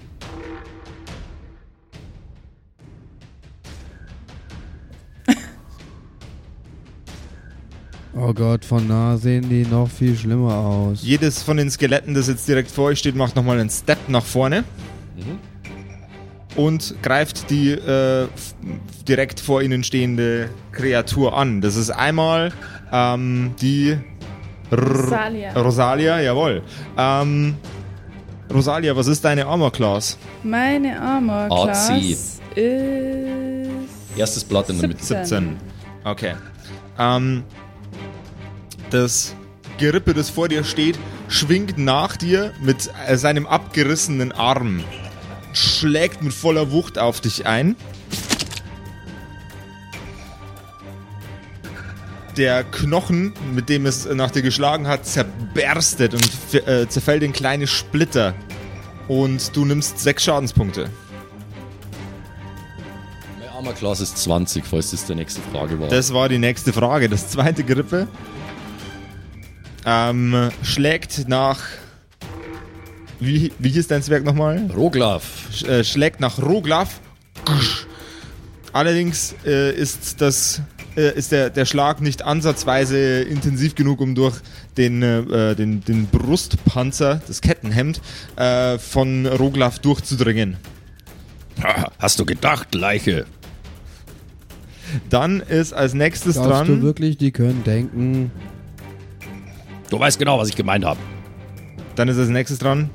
Speaker 3: Oh Gott, von nah sehen die noch viel schlimmer aus.
Speaker 1: Jedes von den Skeletten, das jetzt direkt vor euch steht, macht nochmal einen Step nach vorne.
Speaker 9: Mhm.
Speaker 1: Und greift die äh, f- direkt vor ihnen stehende Kreatur an. Das ist einmal ähm, die R
Speaker 7: Salia.
Speaker 1: Rosalia, jawohl. Ähm, Rosalia, was ist deine Armor Class?
Speaker 7: Meine Armor Class
Speaker 9: Artsy.
Speaker 7: ist
Speaker 9: Erstes Blatt in der Mitte.
Speaker 1: 17. Okay. Ähm, das Gerippe, das vor dir steht, schwingt nach dir mit äh, seinem abgerissenen Arm. Schlägt mit voller Wucht auf dich ein. Der Knochen, mit dem es nach dir geschlagen hat, zerberstet und f- äh, zerfällt in kleine Splitter. Und du nimmst sechs Schadenspunkte.
Speaker 9: Mein Armor Class ist 20, falls das der nächste Frage war.
Speaker 1: Das war die nächste Frage. Das zweite Grippe ähm, schlägt nach. Wie, wie hieß dein Zwerg nochmal?
Speaker 9: Roglaf.
Speaker 1: Sch, äh, schlägt nach Roglaf. Allerdings äh, ist, das, äh, ist der, der Schlag nicht ansatzweise intensiv genug, um durch den, äh, äh, den, den Brustpanzer, das Kettenhemd, äh, von Roglaf durchzudringen.
Speaker 4: Ha, Hast du gedacht, Leiche?
Speaker 1: Dann ist als nächstes
Speaker 3: Glaubst du
Speaker 1: dran.
Speaker 3: wirklich, die können denken?
Speaker 4: Du weißt genau, was ich gemeint habe.
Speaker 1: Dann ist als nächstes dran.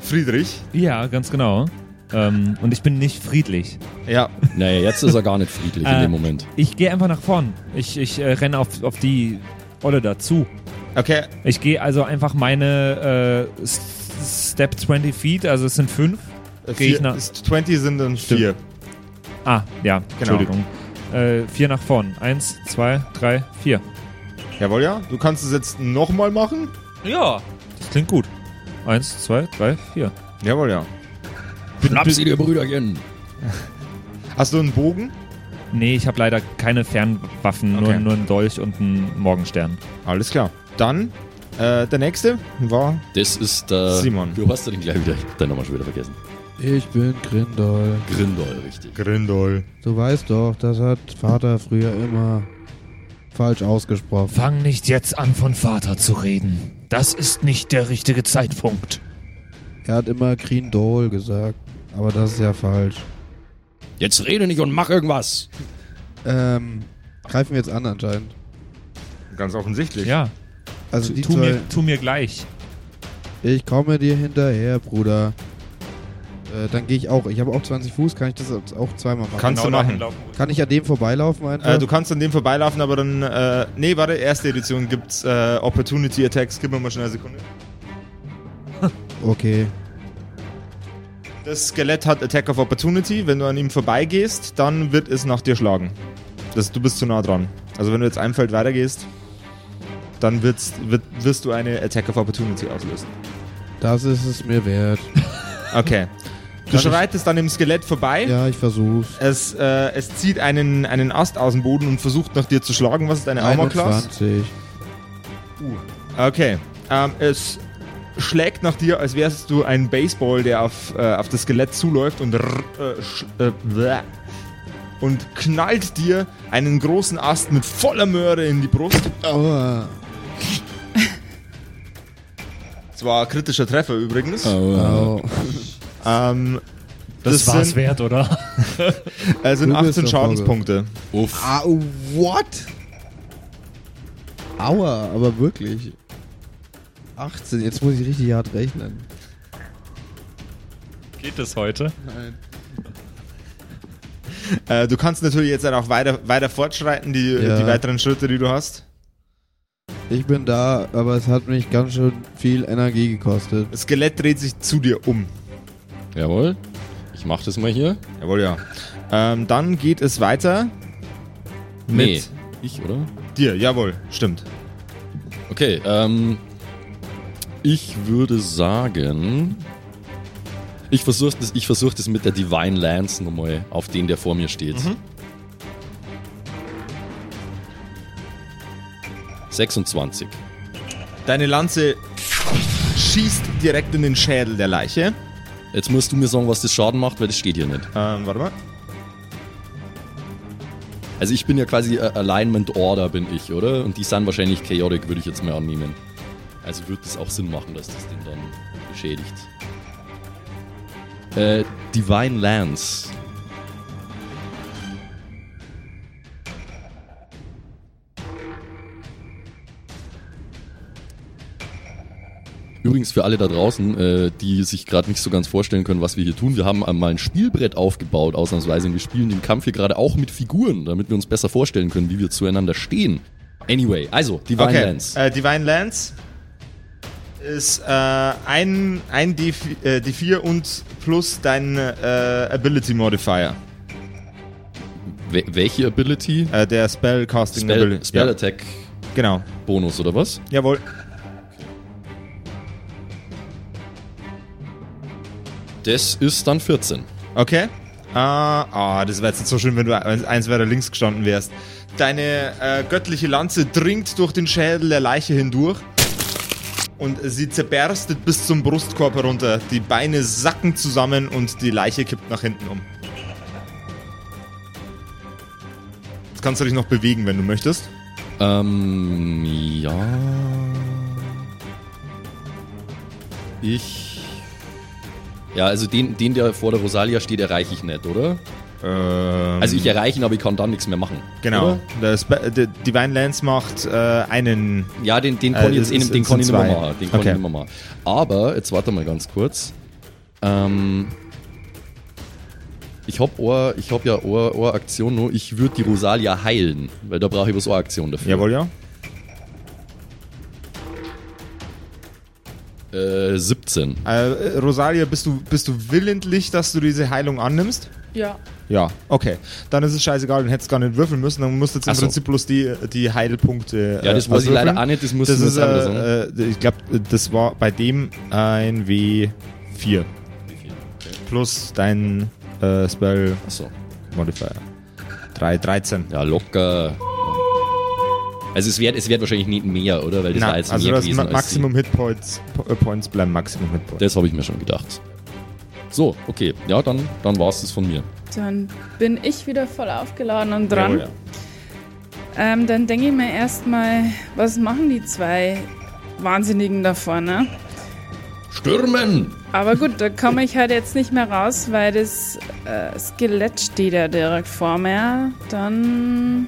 Speaker 1: Friedrich.
Speaker 6: Ja, ganz genau. Ähm, und ich bin nicht friedlich.
Speaker 1: Ja,
Speaker 9: Naja, jetzt ist er gar nicht friedlich in
Speaker 6: Äh,
Speaker 9: dem Moment.
Speaker 6: Ich gehe einfach nach vorn. Ich, ich äh, renne auf, auf die Olle dazu.
Speaker 1: okay.
Speaker 6: Ich gehe also einfach meine äh, S- Step 20 Feet, also es sind fünf. Geh ich
Speaker 1: Vier-
Speaker 6: nach-
Speaker 1: ist 20 sind dann vier.
Speaker 6: Ah, ja,
Speaker 1: Genau.
Speaker 6: Entschuldigung. Äh, vier nach vorn. Eins, zwei, drei, vier.
Speaker 1: Jawohl, ja. Du kannst es jetzt nochmal machen.
Speaker 6: Ja,
Speaker 1: Das klingt gut.
Speaker 6: eins, zwei, drei, vier.
Speaker 1: Jawohl, ja.
Speaker 9: Schnapp sie dir, Brüderchen.
Speaker 1: Hast du einen Bogen?
Speaker 6: Nee, ich habe leider keine Fernwaffen, nur,
Speaker 1: Okay.
Speaker 6: nur einen Dolch und einen Morgenstern.
Speaker 1: Alles klar. Dann, äh, der nächste war
Speaker 9: Das ist der.
Speaker 1: Simon.
Speaker 9: Du hast den gleich wieder. Deinen Namen schon wieder vergessen.
Speaker 3: Ich bin Grindol.
Speaker 9: Grindol, richtig.
Speaker 1: Grindol.
Speaker 3: Du weißt doch, das hat Vater früher immer falsch ausgesprochen.
Speaker 5: Fang nicht jetzt an, von Vater zu reden. Das ist nicht der richtige Zeitpunkt.
Speaker 3: Er hat immer Grindol gesagt. Aber das ist ja falsch.
Speaker 9: Jetzt rede
Speaker 4: um
Speaker 9: nicht und mach irgendwas.
Speaker 3: Ähm, greifen wir jetzt an anscheinend.
Speaker 1: Ganz offensichtlich.
Speaker 6: Ja,
Speaker 3: Also
Speaker 6: tu,
Speaker 3: die
Speaker 6: tu,
Speaker 3: zwei.
Speaker 6: mir, tu mir gleich.
Speaker 3: Ich komme dir hinterher, Bruder. Äh, dann gehe ich auch. Ich habe auch 20 Fuß. Kann ich das auch zweimal machen?
Speaker 1: Kannst du
Speaker 9: Genau
Speaker 1: machen.
Speaker 3: Kann ich an dem vorbeilaufen einfach?
Speaker 1: Äh, du kannst an dem vorbeilaufen, aber dann. Äh, nee, warte, erste Edition gibt's äh, Opportunity Attacks. Gib mir mal schnell eine Sekunde.
Speaker 3: okay.
Speaker 1: Das Skelett hat Attack of Opportunity. Wenn du an ihm vorbeigehst, dann wird es nach dir schlagen. Das, du bist zu nah dran. Also, wenn du jetzt ein Feld weitergehst, dann wird's, wird, wirst du eine Attack of Opportunity auslösen.
Speaker 3: Das ist es mir
Speaker 1: (laughs)
Speaker 3: wert.
Speaker 1: Okay. Du schreitest an dem Skelett vorbei.
Speaker 3: Ja, ich versuch's.
Speaker 1: Es, äh, es zieht einen, einen Ast aus dem Boden und versucht nach dir zu schlagen. Was ist deine Armor Class?
Speaker 3: 21.
Speaker 1: Okay. Ähm, es schlägt nach dir, als wärst du ein Baseball, der auf, äh, auf das Skelett zuläuft und, rrr, äh, sch- äh, bleh. und knallt dir einen großen Ast mit voller Möhre in die Brust. (laughs)
Speaker 3: Aua.
Speaker 1: Es war ein kritischer Treffer
Speaker 8: Oh,
Speaker 1: übrigens.
Speaker 3: Au.
Speaker 1: Ähm,
Speaker 5: Das, war's
Speaker 1: sind,
Speaker 5: wert,
Speaker 3: (laughs)
Speaker 5: oder?
Speaker 1: äh, sind
Speaker 3: Du bist
Speaker 1: 18
Speaker 3: der Vogel.
Speaker 1: Schadenspunkte.
Speaker 9: Uff.
Speaker 3: Au, Ah, oh, what? Aua, aber wirklich. 18, jetzt muss ich richtig hart rechnen.
Speaker 6: Geht das heute?
Speaker 1: Äh, du kannst natürlich jetzt dann auch weiter, weiter fortschreiten, die,
Speaker 3: Ja.
Speaker 1: die weiteren Schritte, die du hast.
Speaker 3: Ich bin da, aber es hat mich ganz schön viel Energie gekostet.
Speaker 1: Das Skelett dreht sich zu dir um.
Speaker 9: Jawohl. Ich mach das mal hier.
Speaker 1: Jawohl, ja. Ähm, dann geht es weiter
Speaker 9: Nee.
Speaker 1: mit
Speaker 9: Ich, oder?
Speaker 1: dir. Jawohl, stimmt.
Speaker 9: Okay, ähm. Ich würde sagen. Ich versuche das, ich versuch das mit der Divine Lance nochmal auf den, der vor mir steht.
Speaker 1: Mhm.
Speaker 9: 26.
Speaker 1: Deine Lanze schießt direkt in den Schädel der Leiche.
Speaker 9: Jetzt musst du mir sagen, was das Schaden macht, weil das steht hier nicht.
Speaker 1: Ähm, warte mal.
Speaker 9: Also ich bin ja quasi äh, Alignment Order bin ich, oder? Und die sind wahrscheinlich Chaotic, würde ich jetzt mal annehmen. Also würde es auch Sinn machen, dass das Ding dann beschädigt. Äh, Divine Lance. Übrigens für alle da draußen, äh, die sich gerade nicht so ganz vorstellen können, was wir hier tun. Wir haben einmal ein Spielbrett aufgebaut, ausnahmsweise, und wir spielen den Kampf hier gerade auch mit Figuren, damit wir uns besser vorstellen können, wie wir zueinander stehen. Anyway, also Divine
Speaker 1: okay.
Speaker 9: Lance.
Speaker 1: Äh, Divine Lance ist äh, ein, ein D4, äh, D4 und plus dein äh, Ability Modifier.
Speaker 9: Wel- welche Ability?
Speaker 1: Äh, der Spell Casting
Speaker 9: Spell,
Speaker 1: Ability.
Speaker 9: Spell
Speaker 1: ja,
Speaker 9: Attack
Speaker 1: genau.
Speaker 9: Bonus oder was?
Speaker 1: Jawohl.
Speaker 9: Das ist dann 14.
Speaker 1: Okay. Ah, ah, das wäre jetzt so schön, wenn du eins eins weiter links gestanden wärst. Deine äh, göttliche Lanze dringt durch den Schädel der Leiche hindurch und sie zerberstet bis zum Brustkorb herunter. Die Beine sacken zusammen und die Leiche kippt nach hinten um. Jetzt kannst du dich noch bewegen, wenn du möchtest.
Speaker 9: Ähm, ja. Ich. Ja, also den, den, der vor der Rosalia steht, erreiche ich nicht, oder?
Speaker 1: Ähm,
Speaker 9: Also ich erreiche ihn, aber ich kann dann nichts mehr machen.
Speaker 1: Genau.
Speaker 9: Oder?
Speaker 1: Der Spe- der Divine Lance macht äh, einen.
Speaker 9: Ja, den, den
Speaker 1: Äh,
Speaker 9: kann ich
Speaker 1: das
Speaker 9: jetzt eh
Speaker 1: ist-
Speaker 9: nicht- den
Speaker 1: sind
Speaker 9: kann ich nicht mehr
Speaker 1: zwei.
Speaker 9: machen. Den kann
Speaker 1: Okay.
Speaker 9: ich nicht mehr machen. Aber, jetzt warte mal ganz kurz. Ähm. Ich hab, Ohr, ich hab ja Ohr, Ohr Aktion nur, ich würde die Rosalia heilen, weil da brauche ich was Ohr Aktion dafür.
Speaker 1: Jawohl, ja.
Speaker 9: Äh, 17.
Speaker 1: Äh, Rosalia, bist du, bist du willentlich, dass du diese Heilung annimmst?
Speaker 11: Ja,
Speaker 1: Ja, okay. Dann ist es scheißegal, dann hättest du gar nicht würfeln müssen, dann musstest du im
Speaker 9: Ach so.
Speaker 1: Prinzip bloß die, die Heidelpunkte.
Speaker 9: Ja, das weiß ich leider auch nicht, das muss
Speaker 1: Das
Speaker 9: muss
Speaker 1: ist,
Speaker 9: anders,
Speaker 1: äh, äh, ich glaube, das war bei dem ein W4. Plus dein äh, Spell
Speaker 9: Achso.
Speaker 1: Modifier. 3, 13.
Speaker 9: Ja, locker. Also es wird es wird wahrscheinlich nicht mehr, oder? Weil das war
Speaker 1: Na,
Speaker 9: jetzt
Speaker 1: also
Speaker 9: mehr
Speaker 1: das
Speaker 9: gewesen.
Speaker 1: Ma
Speaker 9: als
Speaker 1: Maximum Hit Points, Po- äh, Points bleiben Maximum Hit
Speaker 9: die-
Speaker 1: Points.
Speaker 9: Das habe ich mir schon gedacht. So, okay. Ja, dann, dann war es das von mir.
Speaker 7: Dann bin ich wieder voll aufgeladen und dran.
Speaker 9: Jawohl, ja.
Speaker 7: Ähm, dann denke ich mir erstmal, was machen die zwei Wahnsinnigen da vorne?
Speaker 9: Stürmen!
Speaker 7: Aber gut, da komme ich halt jetzt nicht mehr raus, weil das äh, Skelett steht ja direkt vor mir. Dann.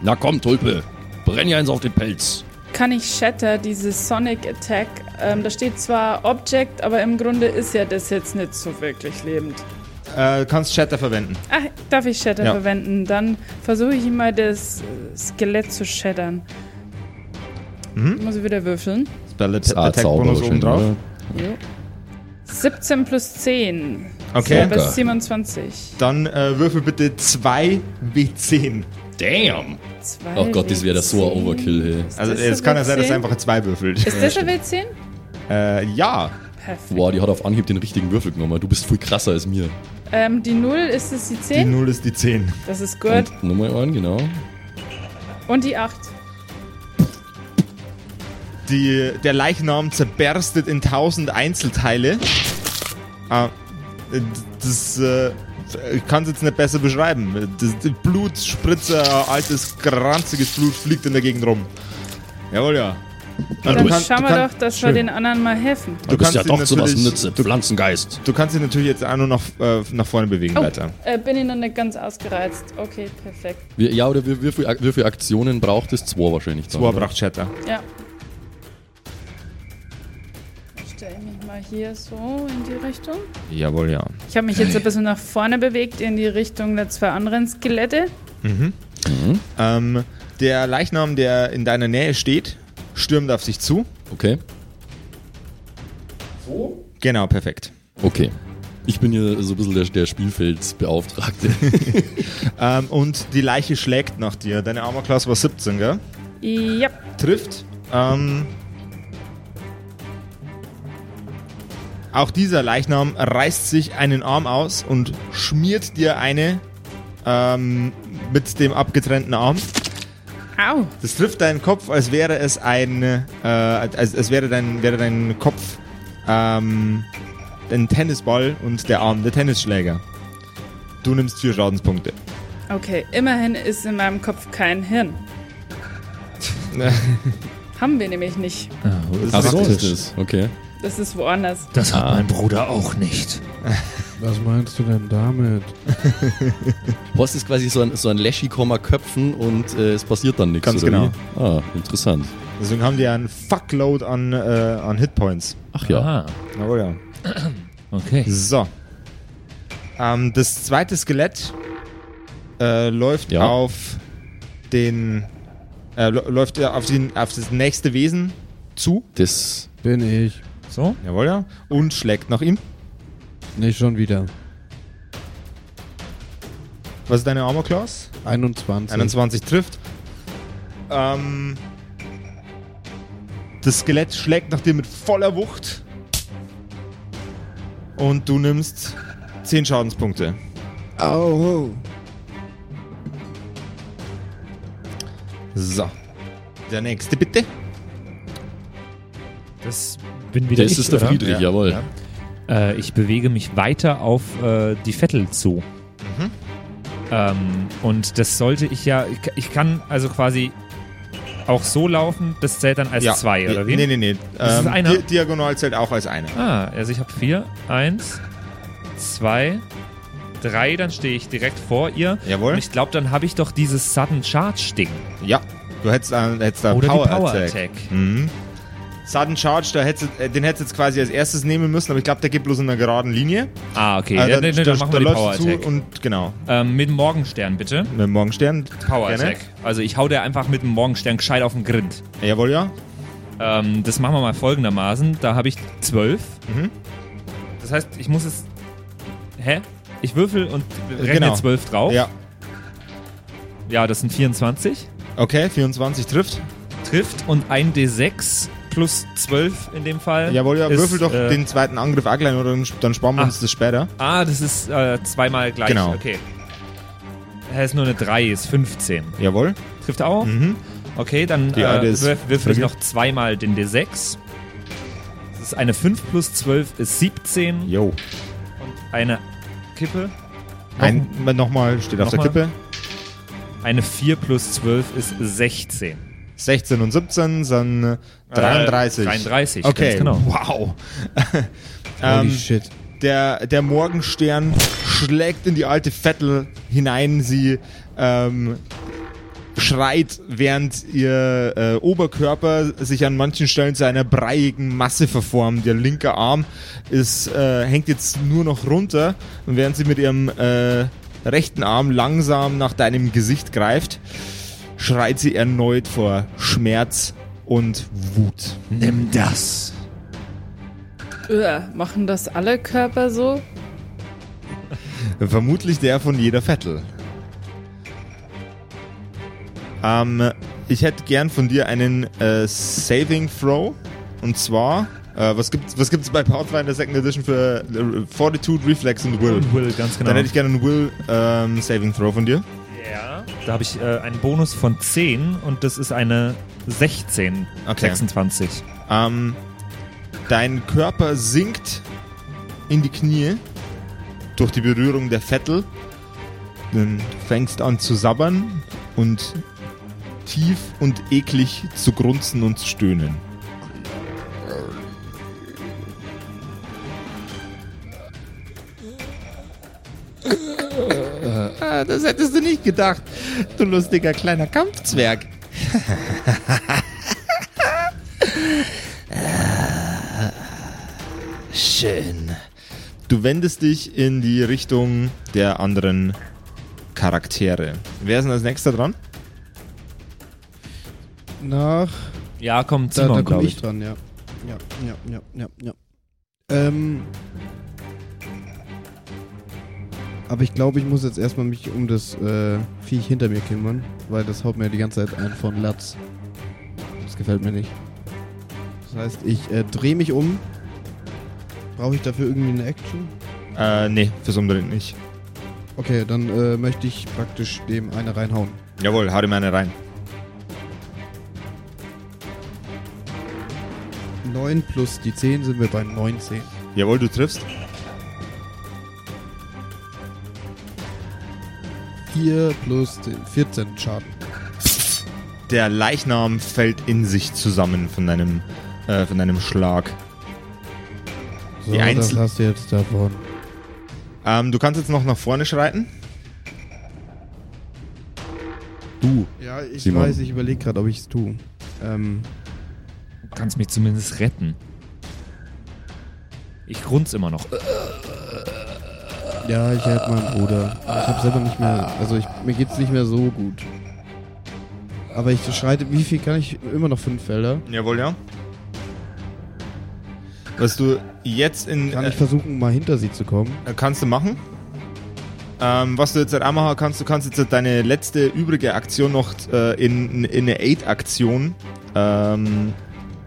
Speaker 4: Na komm, Tulpe. Brenn ja eins auf den Pelz.
Speaker 7: kann ich Shatter, diese Sonic Attack. Ähm, da steht zwar Object, aber im Grunde ist ja das jetzt nicht so wirklich lebend.
Speaker 1: Äh, kannst Shatter verwenden.
Speaker 7: Ach, darf ich Shatter
Speaker 1: Ja.
Speaker 7: verwenden? Dann versuche ich mal das äh, Skelett zu shattern.
Speaker 1: Mhm.
Speaker 7: Muss ich wieder würfeln.
Speaker 1: Spell
Speaker 9: Das ist auch ein
Speaker 1: Attack
Speaker 9: Zauber
Speaker 1: Bonus oben
Speaker 9: wahrscheinlich,
Speaker 1: drauf.
Speaker 9: oder?
Speaker 7: 17 plus 10.
Speaker 1: Okay,
Speaker 7: Das ist 27.
Speaker 1: dann äh, würfel bitte 2 W10.
Speaker 4: Damn.
Speaker 7: Zwei
Speaker 9: Oh Gott, das wäre so ein
Speaker 7: W10.
Speaker 9: Overkill, hey.
Speaker 7: Ist
Speaker 1: Also
Speaker 7: das
Speaker 1: es
Speaker 7: ein
Speaker 1: kann ja sein, dass
Speaker 7: W10?
Speaker 1: er einfach 2 würfelt.
Speaker 7: Ist das ein W10?
Speaker 1: Äh, ja.
Speaker 7: Perfekt.
Speaker 9: Boah, die hat auf Anhieb den richtigen Würfel genommen. Du bist viel krasser als mir.
Speaker 7: Ähm, die 0, ist es die
Speaker 1: Die
Speaker 7: 10?
Speaker 1: 0 ist die 10.
Speaker 7: das ist gut.
Speaker 9: Und Nummer 1, genau.
Speaker 7: Und die 8.
Speaker 1: Ah, Die, der Leichnam zerberstet in tausend Einzelteile. Ah, äh, das äh, ich kann es jetzt nicht besser beschreiben. Das, das Blut, Spritzer, altes, kranziges Blut fliegt in der Gegend rum. Jawohl, ja.
Speaker 7: Dann
Speaker 1: du kannst-
Speaker 7: schauen
Speaker 1: du
Speaker 7: wir
Speaker 1: kannst-
Speaker 7: doch, dass
Speaker 1: schön.
Speaker 7: wir den anderen mal helfen.
Speaker 1: Du
Speaker 4: Bist
Speaker 1: kannst,
Speaker 4: ja
Speaker 1: ihn
Speaker 4: doch zu was
Speaker 1: natürlich,
Speaker 4: nütze. Pflanzengeist.
Speaker 1: du kannst ihn natürlich jetzt auch nur nach, äh, nach vorne bewegen
Speaker 7: Oh,
Speaker 1: weiter.
Speaker 7: äh, bin ich noch nicht ganz ausgereizt. Okay, perfekt.
Speaker 9: Wir, ja, oder wie, wie, viele, wie viele Aktionen braucht es? Zwei wahrscheinlich. dann,
Speaker 1: Boah,
Speaker 9: oder?
Speaker 1: braucht Shatter.
Speaker 7: Ja. Stell mich mal hier so in die Richtung.
Speaker 1: Jawohl, ja.
Speaker 7: Ich habe mich jetzt ein bisschen nach vorne bewegt in die Richtung der zwei anderen Skelette.
Speaker 1: Ähm, der Leichnam, der in deiner Nähe steht, stürmt auf sich zu.
Speaker 9: Okay.
Speaker 1: Genau, perfekt.
Speaker 9: Okay. Ich bin hier so ein bisschen der, der Spielfeldbeauftragte.
Speaker 1: (laughs) Ähm, und die Leiche schlägt nach dir. Deine Armor Class war 17, gell?
Speaker 7: Ja,
Speaker 1: Trifft. Ähm, auch dieser Leichnam reißt sich einen Arm aus und schmiert dir eine ähm, mit dem abgetrennten Arm.
Speaker 7: au.
Speaker 1: Das trifft deinen Kopf, als wäre es ein, äh, als, als wäre dein, wäre dein Kopf ähm, ein Tennisball und der Arm der Tennisschläger. Du nimmst vier Schadenspunkte.
Speaker 7: Okay, immerhin ist in meinem Kopf kein Hirn. Haben wir nämlich nicht.
Speaker 1: Das ist
Speaker 9: ist das. Okay. Ah.
Speaker 7: Das ist woanders.
Speaker 5: Das hat mein Bruder auch nicht.
Speaker 3: Was meinst du denn (laughs) damit?
Speaker 9: Post ist quasi so ein, so ein Läschi-Komma köpfen und äh, es passiert dann nichts.
Speaker 1: Ganz
Speaker 9: oder
Speaker 1: genau.
Speaker 9: Wie? Ah, interessant.
Speaker 1: Deswegen haben die ja einen Fuckload an, äh, an Hitpoints.
Speaker 9: Ach ja.
Speaker 5: Ah,
Speaker 1: Jawohl, ja.
Speaker 5: okay.
Speaker 1: So. Ähm, das zweite Skelett äh, läuft
Speaker 9: Ja.
Speaker 1: auf den. Äh, lä- läuft äh, auf, den, auf das nächste Wesen zu.
Speaker 9: Das.
Speaker 3: Bin ich.
Speaker 5: So?
Speaker 1: Jawohl, ja. Und schlägt nach ihm.
Speaker 3: Nicht schon wieder.
Speaker 1: Was ist deine Armor Class?
Speaker 3: 21.
Speaker 1: 21 trifft. Ähm, das Skelett schlägt nach dir mit voller Wucht. Und du nimmst 10 Schadenspunkte.
Speaker 8: Au.
Speaker 1: So. Der nächste, bitte.
Speaker 5: Das bin wieder
Speaker 9: Das
Speaker 5: ich,
Speaker 9: ist der
Speaker 5: oder?
Speaker 9: Friedrich,
Speaker 1: Ja.
Speaker 9: jawohl.
Speaker 1: Ja.
Speaker 5: Äh, ich bewege mich weiter auf äh, die Vettel zu.
Speaker 1: Mhm.
Speaker 5: Ähm, und das sollte ich ja. Ich, ich kann also quasi auch so laufen, das zählt dann als zwei, oder wie?
Speaker 1: Nee, nee, nee.
Speaker 5: Das ist
Speaker 1: Ähm,
Speaker 5: einer.
Speaker 1: Di Diagonal zählt auch als einer.
Speaker 5: Ah, also ich habe vier. Eins, zwei, drei, dann stehe ich direkt vor ihr.
Speaker 1: Jawohl.
Speaker 5: Und ich glaube, dann habe ich doch dieses Sudden Charge-Ding.
Speaker 1: Ja. Du hättest, äh, hättest da
Speaker 5: Oder
Speaker 1: Power,
Speaker 5: die Power
Speaker 1: Attack.
Speaker 5: Attack.
Speaker 1: Mhm. Sudden Charge, da hättest, du- äh, den hättest du jetzt quasi als erstes nehmen müssen, aber ich glaube, der geht bloß in einer geraden Linie.
Speaker 5: Ah, okay.
Speaker 1: Äh,
Speaker 5: ja,
Speaker 1: da-
Speaker 5: nee, nee,
Speaker 1: da-
Speaker 5: dann machen
Speaker 1: da
Speaker 5: wir die
Speaker 1: läufst
Speaker 5: Power
Speaker 1: du zu
Speaker 5: Attack.
Speaker 1: Und genau.
Speaker 5: Ähm, mit dem Morgenstern, bitte.
Speaker 1: Mit dem Morgenstern.
Speaker 5: Power
Speaker 1: Gerne.
Speaker 5: Attack. Also ich hau der einfach mit dem Morgenstern gescheit auf den Grind.
Speaker 1: Jawohl, ja. Mhm.
Speaker 5: Ähm, das machen wir mal folgendermaßen. Da habe ich 12.
Speaker 6: Das heißt, ich muss es. Hä? Ich würfel und rechne
Speaker 1: Genau.
Speaker 6: 12 drauf.
Speaker 1: Ja.
Speaker 6: Ja, das sind 24.
Speaker 1: Okay, 24 trifft.
Speaker 6: Trifft und ein D6 plus 12 in dem Fall.
Speaker 1: Jawohl, ja,
Speaker 6: ist,
Speaker 1: würfel doch
Speaker 6: äh,
Speaker 1: den zweiten Angriff auch gleich, oder dann- dann sparen wir
Speaker 6: Ah.
Speaker 1: uns das später.
Speaker 6: Ah, das ist äh, zweimal gleich.
Speaker 1: Genau.
Speaker 6: Okay. Er ist nur eine 3, ist 15.
Speaker 1: Jawohl.
Speaker 6: Trifft er auch?
Speaker 1: Mhm.
Speaker 6: Okay, dann
Speaker 1: Die alte
Speaker 6: äh,
Speaker 1: ist
Speaker 6: würf- würfel ich
Speaker 1: fragil.
Speaker 6: noch zweimal den D6. Das ist eine 5 plus 12 ist 17
Speaker 1: Jo.
Speaker 6: und eine Kippe.
Speaker 1: Ein, nochmal, steht auf der
Speaker 6: Nochmal.
Speaker 1: Kippe.
Speaker 6: Eine 4 plus 12 ist 16.
Speaker 1: 16 und 17 sind äh, 33.
Speaker 6: Äh, 33,
Speaker 1: okay.
Speaker 6: ganz genau.
Speaker 1: Wow. (laughs) ähm,
Speaker 3: shit.
Speaker 1: der, der Morgenstern schlägt in die alte Vettel hinein. Sie ähm, schreit, während ihr äh, Oberkörper sich an manchen Stellen zu einer breiigen Masse verformt. Der linke Arm ist, äh, hängt jetzt nur noch runter. Und während sie mit ihrem äh, rechten Arm langsam nach deinem Gesicht greift, schreit sie erneut vor Schmerz und Wut.
Speaker 6: Nimm das.
Speaker 7: Uah, machen das alle Körper so?
Speaker 1: Vermutlich der von jeder Vettel. Ähm, ich hätte gern von dir einen äh, Saving Throw. Und zwar, äh, was gibt was gibt's bei Pathfinder Second Edition für äh, Fortitude, Reflex und Will?
Speaker 6: Will, ganz genau.
Speaker 1: Dann hätte ich gerne einen Will ähm, Saving Throw von dir.
Speaker 6: ja. Da habe ich äh, einen Bonus von 10 und das ist eine 16.
Speaker 1: Okay.
Speaker 6: 26.
Speaker 1: Ähm, dein Körper sinkt in die Knie durch die Berührung der Vettel. Dann fängst an zu sabbern und tief und eklig zu grunzen und zu stöhnen.
Speaker 10: Ah, das hättest du nicht gedacht, du lustiger kleiner Kampfzwerg.
Speaker 1: (laughs) Schön. Du wendest dich in die Richtung der anderen Charaktere. Wer ist denn als nächster dran?
Speaker 3: Nach.
Speaker 6: Ja, kommt
Speaker 3: Da, da
Speaker 6: Simon,
Speaker 3: komme
Speaker 6: glaube
Speaker 3: ich
Speaker 6: ich.
Speaker 3: dran, ja. Ja, ja, ja, ja, ja. Ähm. Aber ich glaube, ich muss jetzt erstmal mich um das äh, Viech hinter mir kümmern, weil das haut mir die ganze Zeit ein von Latz. Das gefällt mir nicht. Das heißt, ich äh, drehe mich um. Brauche ich dafür irgendwie eine Action?
Speaker 1: Äh, nee, fürs Umdrehen nicht.
Speaker 3: Okay, dann äh, möchte ich praktisch dem eine reinhauen.
Speaker 1: Jawohl, hau dir meine rein.
Speaker 3: 9 plus die 10 sind wir bei 19.
Speaker 1: Jawohl, du triffst.
Speaker 3: 4 plus 10, 14 Schaden.
Speaker 1: Der Leichnam fällt in sich zusammen von deinem, äh, von deinem Schlag.
Speaker 3: So,
Speaker 1: Die
Speaker 3: das
Speaker 1: Einzel-
Speaker 3: hast du jetzt davon.
Speaker 1: Ähm, du kannst jetzt noch nach vorne schreiten.
Speaker 4: Du.
Speaker 3: Ja, ich
Speaker 4: Simon.
Speaker 3: weiß, ich überlege gerade, ob ich es tue. Ähm,
Speaker 6: Du kannst mich zumindest retten. Ich grunz immer noch.
Speaker 3: ja, ich helfe meinem Bruder. Ich habe selber nicht mehr, also ich, mir geht's nicht mehr so gut. Aber ich schreite, wie viel kann ich? Immer noch fünf Felder.
Speaker 1: Jawohl, ja. Was du jetzt in.
Speaker 3: Kann
Speaker 1: äh,
Speaker 3: ich versuchen, mal hinter sie zu kommen?
Speaker 1: Äh, Kannst du machen. Ähm, was du jetzt einmal kannst, du kannst jetzt halt deine letzte übrige Aktion noch äh, in, in eine Aid-Aktion ähm,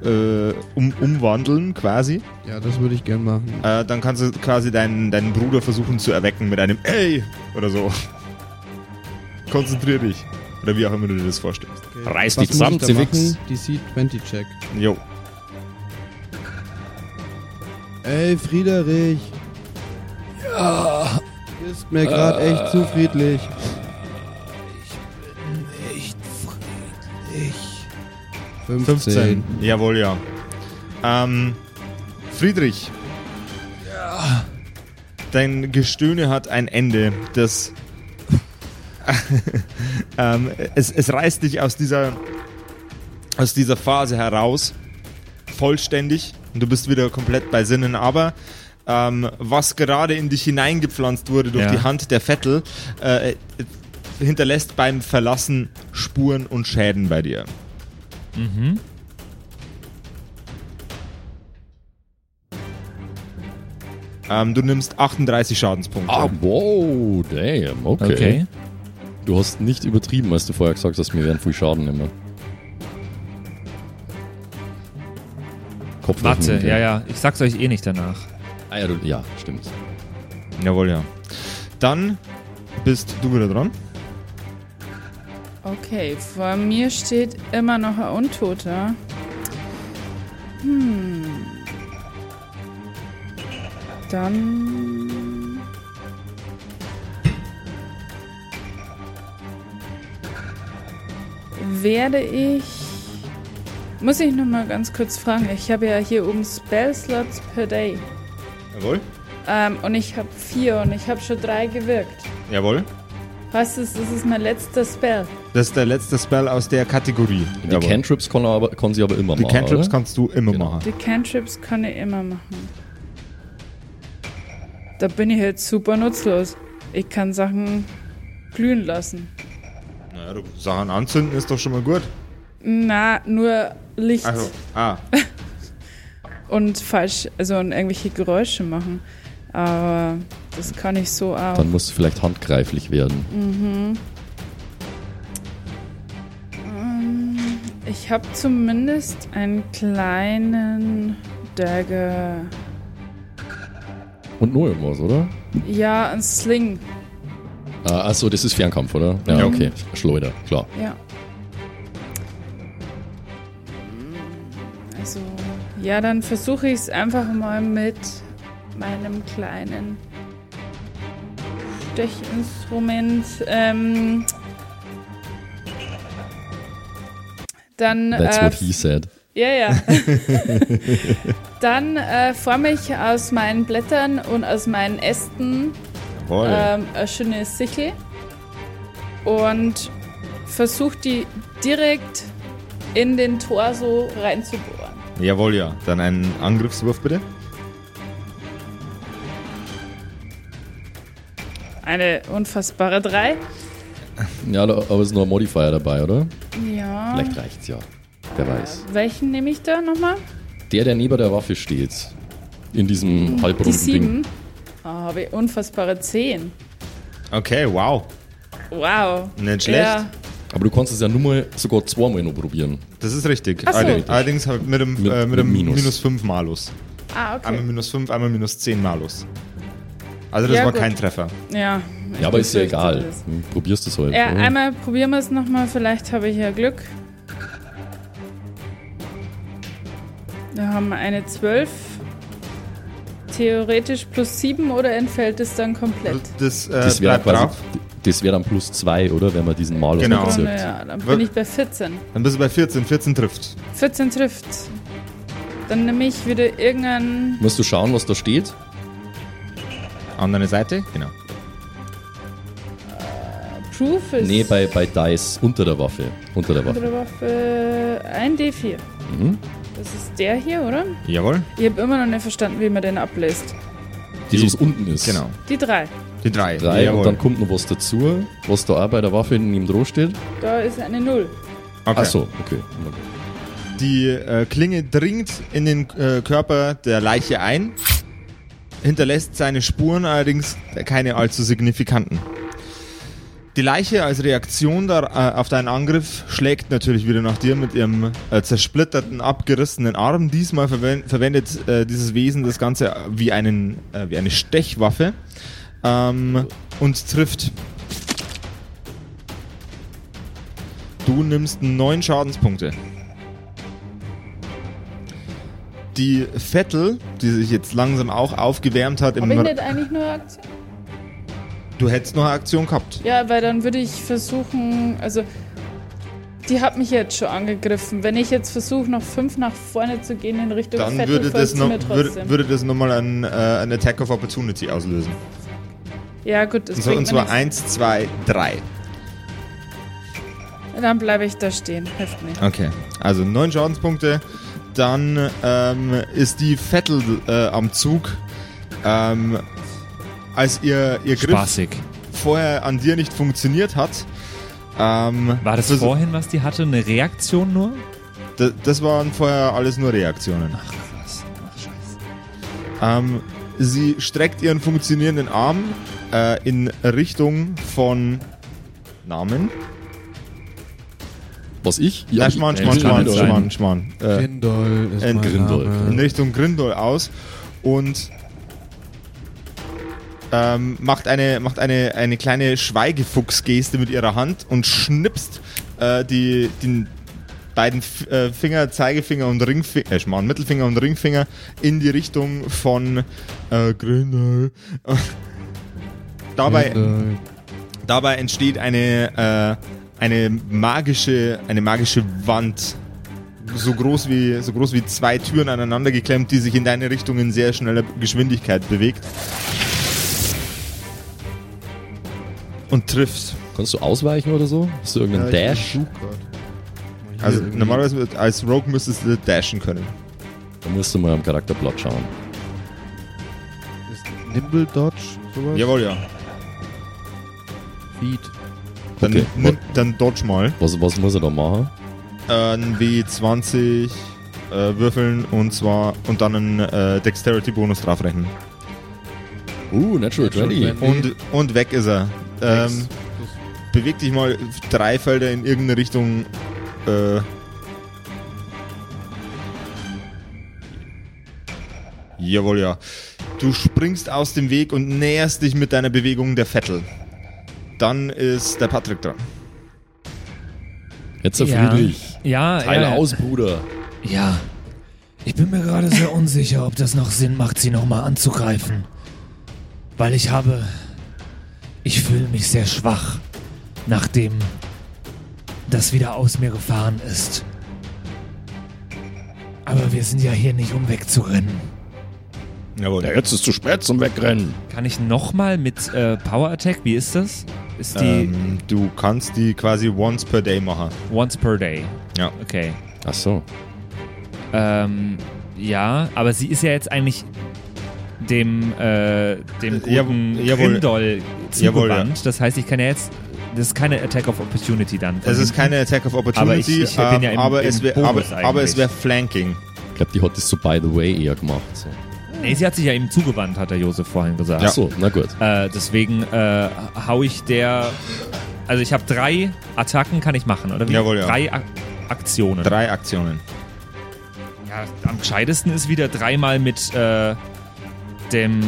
Speaker 1: äh, um, umwandeln quasi.
Speaker 3: Ja, das würde ich gern machen.
Speaker 1: Äh, dann kannst du quasi deinen, deinen Bruder versuchen zu erwecken mit einem Ey oder so. Konzentrier dich. Oder wie auch immer du dir das vorstellst.
Speaker 3: Okay.
Speaker 4: Reiß
Speaker 3: Was
Speaker 4: dich zusammen,
Speaker 3: muss ich da
Speaker 4: Zivix.
Speaker 3: machen? DC 20 Check.
Speaker 1: Jo.
Speaker 3: Ey, Friederich. Ja. Du
Speaker 1: Äh.
Speaker 3: bist mir gerade echt zu friedlich. Ich bin nicht friedlich. 15.
Speaker 1: Jawohl, ja. Ähm, Friedrich. Dein Gestöhne hat ein Ende. Das. (laughs) ähm, es, es reißt dich aus dieser, aus dieser Phase heraus. Vollständig. Und du bist wieder komplett bei Sinnen. Aber ähm, was gerade in dich hineingepflanzt wurde durch
Speaker 6: Ja.
Speaker 1: die Hand der Vettel, äh, äh, hinterlässt beim Verlassen Spuren und Schäden bei dir.
Speaker 6: Mhm.
Speaker 1: Ähm, du nimmst 38 Schadenspunkte.
Speaker 9: Ah, wow, damn, okay.
Speaker 6: Okay.
Speaker 9: Du hast nicht übertrieben, als du vorher gesagt hast, mir werden viel Schaden immer. Kopf
Speaker 6: Warte, ja, ja. Ich sag's euch eh nicht danach.
Speaker 9: Ah, ja, du, ja, stimmt.
Speaker 1: Jawohl, ja. Dann bist du wieder dran.
Speaker 7: Okay, vor mir steht immer noch ein Untoter. Hm. Dann. Werde ich. Muss ich nochmal ganz kurz fragen. Ich habe ja hier oben Spell Slots per Day.
Speaker 1: Jawohl.
Speaker 7: Ähm, und ich habe vier und ich habe schon drei gewirkt.
Speaker 1: Jawohl.
Speaker 7: Was ist, das ist mein letzter Spell.
Speaker 1: Das ist der letzte Spell aus der Kategorie.
Speaker 9: Die Cantrips kann, er aber, kann sie aber immer
Speaker 1: Die
Speaker 9: machen.
Speaker 1: Cantrips
Speaker 9: oder?
Speaker 1: kannst du immer
Speaker 9: Genau.
Speaker 1: machen.
Speaker 7: Die Cantrips kann ich immer machen. Da bin ich jetzt super nutzlos. Ich kann Sachen glühen lassen.
Speaker 1: Naja, du, Sachen anzünden ist doch schon mal gut.
Speaker 7: Na, nur Licht
Speaker 1: Also, ah,
Speaker 7: und falsch, also und irgendwelche Geräusche machen. Aber das kann ich so auch. Mhm.
Speaker 9: Dann musst du vielleicht handgreiflich werden.
Speaker 7: Ähm, Ich habe zumindest einen kleinen Dagger.
Speaker 9: Und nur irgendwas, oder?
Speaker 7: Ja, ein Sling.
Speaker 9: Ah, achso, das ist Fernkampf, oder? Ja, okay. Schleuder, klar.
Speaker 7: Ja. Also, ja, dann versuche ich es einfach mal mit meinem kleinen Stechinstrument. Ähm, dann.
Speaker 9: That's
Speaker 7: äh,
Speaker 9: what he said. (laughs)
Speaker 7: ja, ja. dann äh, forme ich aus meinen Blättern und aus meinen Ästen
Speaker 1: jawohl.
Speaker 7: ähm, eine schöne Sichel und versucht die direkt in den Torso reinzubohren.
Speaker 1: (laughs) Jawohl, ja. Dann einen Angriffswurf bitte.
Speaker 7: Eine unfassbare 3.
Speaker 9: Ja, da- aber es ist nur ein Modifier dabei, oder?
Speaker 7: Ja.
Speaker 9: Vielleicht reicht's ja. Wer weiß.
Speaker 7: Welchen nehme ich da nochmal?
Speaker 9: Der, der neben der Waffe steht, in diesem
Speaker 7: Mhm. Die
Speaker 9: halbrunden Ding.
Speaker 7: 7. Oh, habe ich unfassbare 10.
Speaker 1: Okay, wow.
Speaker 7: Wow.
Speaker 1: Nicht schlecht.
Speaker 7: Ja,
Speaker 9: Aber du kannst es ja nur mal, sogar zweimal noch probieren.
Speaker 1: Das ist richtig.
Speaker 7: Ach so.
Speaker 1: Allerdings- Allerdings halt mit einem,
Speaker 9: Mit-
Speaker 1: äh,
Speaker 9: mit
Speaker 1: mit einem
Speaker 9: Minus.
Speaker 1: minus. 5 Malus.
Speaker 7: ah,
Speaker 1: Einmal
Speaker 7: okay.
Speaker 1: minus 5, einmal minus 10 Malus. Also das
Speaker 7: Ja,
Speaker 1: war
Speaker 7: gut.
Speaker 1: kein Treffer.
Speaker 7: Ja, ich
Speaker 9: Ja, aber ist ja
Speaker 7: befürchte
Speaker 9: egal.
Speaker 7: das.
Speaker 9: Hm, Probierst es halt.
Speaker 7: Ja,
Speaker 9: oder?
Speaker 7: einmal probieren wir es nochmal. Vielleicht habe ich ja Glück. Da haben wir eine 12. Theoretisch plus 7 oder entfällt es dann komplett?
Speaker 1: Das, äh,
Speaker 9: das wäre
Speaker 1: bleibt
Speaker 9: quasi,
Speaker 1: drauf.
Speaker 9: das wäre dann plus zwei, oder? Wenn man diesen Malus
Speaker 1: Genau.
Speaker 7: Im
Speaker 1: Zirkt.
Speaker 7: Grunde,
Speaker 9: abzieht.
Speaker 7: ja, dann bin
Speaker 1: Wir-
Speaker 7: ich bei 14.
Speaker 1: Dann bist du bei 14. 14 trifft.
Speaker 7: 14 trifft. Dann nehme ich wieder irgendeinen.
Speaker 9: Musst du schauen, was da steht?
Speaker 1: Andere Seite? Genau.
Speaker 7: Proof ist.
Speaker 9: Nee, bei, bei Dice. Unter der Waffe. Unter der Waffe.
Speaker 7: Andere Waffe. Ein D4.
Speaker 9: Mhm.
Speaker 7: Das ist der hier, oder?
Speaker 1: Jawohl.
Speaker 7: Ich habe immer noch nicht verstanden, wie man den ablässt.
Speaker 9: Die, was unten ist.
Speaker 1: Genau.
Speaker 7: Die 3.
Speaker 1: Die 3.
Speaker 9: Drei
Speaker 1: Jawohl.
Speaker 9: und dann kommt noch was dazu, was da auch bei der Waffe neben ihm drauf steht.
Speaker 7: Da ist eine 0.
Speaker 1: okay.
Speaker 9: Achso, okay.
Speaker 1: Die äh, Klinge dringt in den äh, Körper der Leiche ein, hinterlässt seine Spuren allerdings keine allzu signifikanten. Die Leiche als Reaktion dar, äh, auf deinen Angriff schlägt natürlich wieder nach dir mit ihrem äh, zersplitterten, abgerissenen Arm. Diesmal verwen verwendet äh, dieses Wesen das Ganze wie, einen, äh, wie eine Stechwaffe ähm, und trifft. Du nimmst neun Schadenspunkte. Die Vettel, die sich jetzt langsam auch aufgewärmt hat, im
Speaker 7: Habe ich nicht eigentlich nur Aktion?
Speaker 1: du hättest noch eine Aktion gehabt.
Speaker 7: Ja, weil dann würde ich versuchen, also die hat mich jetzt schon angegriffen. Wenn ich jetzt versuche, noch fünf nach vorne zu gehen in Richtung
Speaker 1: Dann
Speaker 7: Vettel,
Speaker 1: würde das,
Speaker 7: folgt sie
Speaker 1: noch,
Speaker 7: mir
Speaker 1: würde,
Speaker 7: trotzdem.
Speaker 1: würde das nochmal ein, äh, ein Attack of Opportunity auslösen.
Speaker 7: ja gut, das
Speaker 1: Und, so, und
Speaker 7: bringt mir
Speaker 1: zwar
Speaker 7: nichts.
Speaker 1: 1, 2, 3.
Speaker 7: Dann bleibe ich da stehen, hilft nicht.
Speaker 1: Okay. Also 9 Schadenspunkte. Dann ähm, ist die Vettel äh, am Zug. Ähm, als ihr, ihr Griff
Speaker 6: Spaßig.
Speaker 1: vorher an dir nicht funktioniert hat, ähm,
Speaker 6: War das
Speaker 1: vers-
Speaker 6: vorhin, was die hatte? Eine Reaktion nur?
Speaker 1: d- das waren vorher alles nur Reaktionen.
Speaker 6: Ach, was? Ach, scheiße.
Speaker 1: Ähm, Sie streckt ihren funktionierenden Arm äh, in Richtung von Namen.
Speaker 4: Was ich?
Speaker 1: Nein, Schmarrn,
Speaker 4: ich-
Speaker 1: Schmarrn,
Speaker 4: ich-
Speaker 1: Schmarrn,
Speaker 4: ich-
Speaker 1: Schmarrn, Schmarrn. Äh,
Speaker 3: Grindol ist
Speaker 1: Äh,
Speaker 3: mein
Speaker 4: Grindol.
Speaker 1: in
Speaker 3: Name.
Speaker 1: Richtung Grindol aus und ähm, macht eine, macht eine, eine kleine Schweigefuchsgeste mit ihrer Hand und schnipst äh, die, den beiden F äh, Finger, Zeigefinger und Ringfinger, äh, Schmarrn, Mittelfinger und Ringfinger in die Richtung von äh, Grindel. (laughs) Dabei
Speaker 3: Grindol.
Speaker 1: Dabei entsteht eine, äh, eine, magische, eine magische Wand. So groß, wie, so groß wie zwei Türen aneinander geklemmt, die sich in deine Richtung in sehr schneller Geschwindigkeit bewegt. Und trifft.
Speaker 4: Kannst du ausweichen oder so? Hast du irgendeinen
Speaker 3: Ja, ich
Speaker 4: Dash?
Speaker 3: versuch grad. Mal hier
Speaker 1: Also
Speaker 3: irgendwie.
Speaker 1: normalerweise mit- als Rogue müsstest du dashen können.
Speaker 4: Da musst du mal am Charakterblatt schauen.
Speaker 3: Ist Nimble Dodge sowas?
Speaker 1: Jawohl, ja.
Speaker 3: Feed.
Speaker 1: Dann,
Speaker 4: Okay.
Speaker 1: nimm, dann dodge mal.
Speaker 4: Was, was muss er da machen?
Speaker 1: Äh, Ein W20 äh, würfeln und zwar und dann einen äh, Dexterity-Bonus draufrechnen.
Speaker 4: Uh, Natural,
Speaker 3: Natural
Speaker 4: 20.
Speaker 3: 20.
Speaker 1: Und, und weg ist er. Ähm,
Speaker 3: Sechs.
Speaker 1: beweg dich mal drei Felder in irgendeine Richtung. Äh, jawohl, ja. Du springst aus dem Weg und näherst dich mit deiner Bewegung der Vettel. Dann ist der Patrick dran.
Speaker 4: Jetzt der
Speaker 5: Ja.
Speaker 4: Friedrich.
Speaker 5: Ja,
Speaker 4: Teile
Speaker 5: ja,
Speaker 4: aus, Bruder.
Speaker 5: Ja. Ich bin mir gerade sehr unsicher, ob das noch Sinn macht, sie nochmal anzugreifen. Weil ich habe. Ich fühle mich sehr schwach, nachdem das wieder aus mir gefahren ist. Aber wir sind ja hier nicht, um wegzurennen.
Speaker 1: Jawohl.
Speaker 4: Ja, jetzt ist zu spät zum Wegrennen.
Speaker 6: Kann ich nochmal mit äh, Power Attack, wie ist das? Ist die
Speaker 1: Ähm, du kannst die quasi once per day machen.
Speaker 6: once per day?
Speaker 1: Ja.
Speaker 6: Okay.
Speaker 4: Ach so.
Speaker 6: Ähm, ja, aber sie ist ja jetzt eigentlich dem, äh, dem
Speaker 1: Äh, jawo-
Speaker 6: guten
Speaker 1: jawohl.
Speaker 6: Grindol
Speaker 1: Jawohl, ja.
Speaker 6: zugewandt. Das heißt, ich kann ja jetzt. Das ist keine Attack of Opportunity dann.
Speaker 1: Es ist keine Attack of Opportunity,
Speaker 6: ich bin ja
Speaker 1: ähm,
Speaker 6: im-
Speaker 1: aber,
Speaker 6: im
Speaker 1: es wär, aber,
Speaker 6: Bonus
Speaker 1: aber es
Speaker 6: eigentlich.
Speaker 1: wäre Flanking.
Speaker 4: Ich glaube, die hat das so by the way eher gemacht. So.
Speaker 6: Nee, sie hat sich ja ihm zugewandt, hat der Josef vorhin gesagt.
Speaker 4: Ach so, na gut.
Speaker 6: Äh, deswegen äh, hau ich der. Also ich habe drei Attacken, kann ich machen, oder wie?
Speaker 1: Jawohl, ja.
Speaker 6: Drei Ak Aktionen.
Speaker 1: Drei Aktionen.
Speaker 6: Ja, am gescheitesten ist wieder dreimal mit äh, dem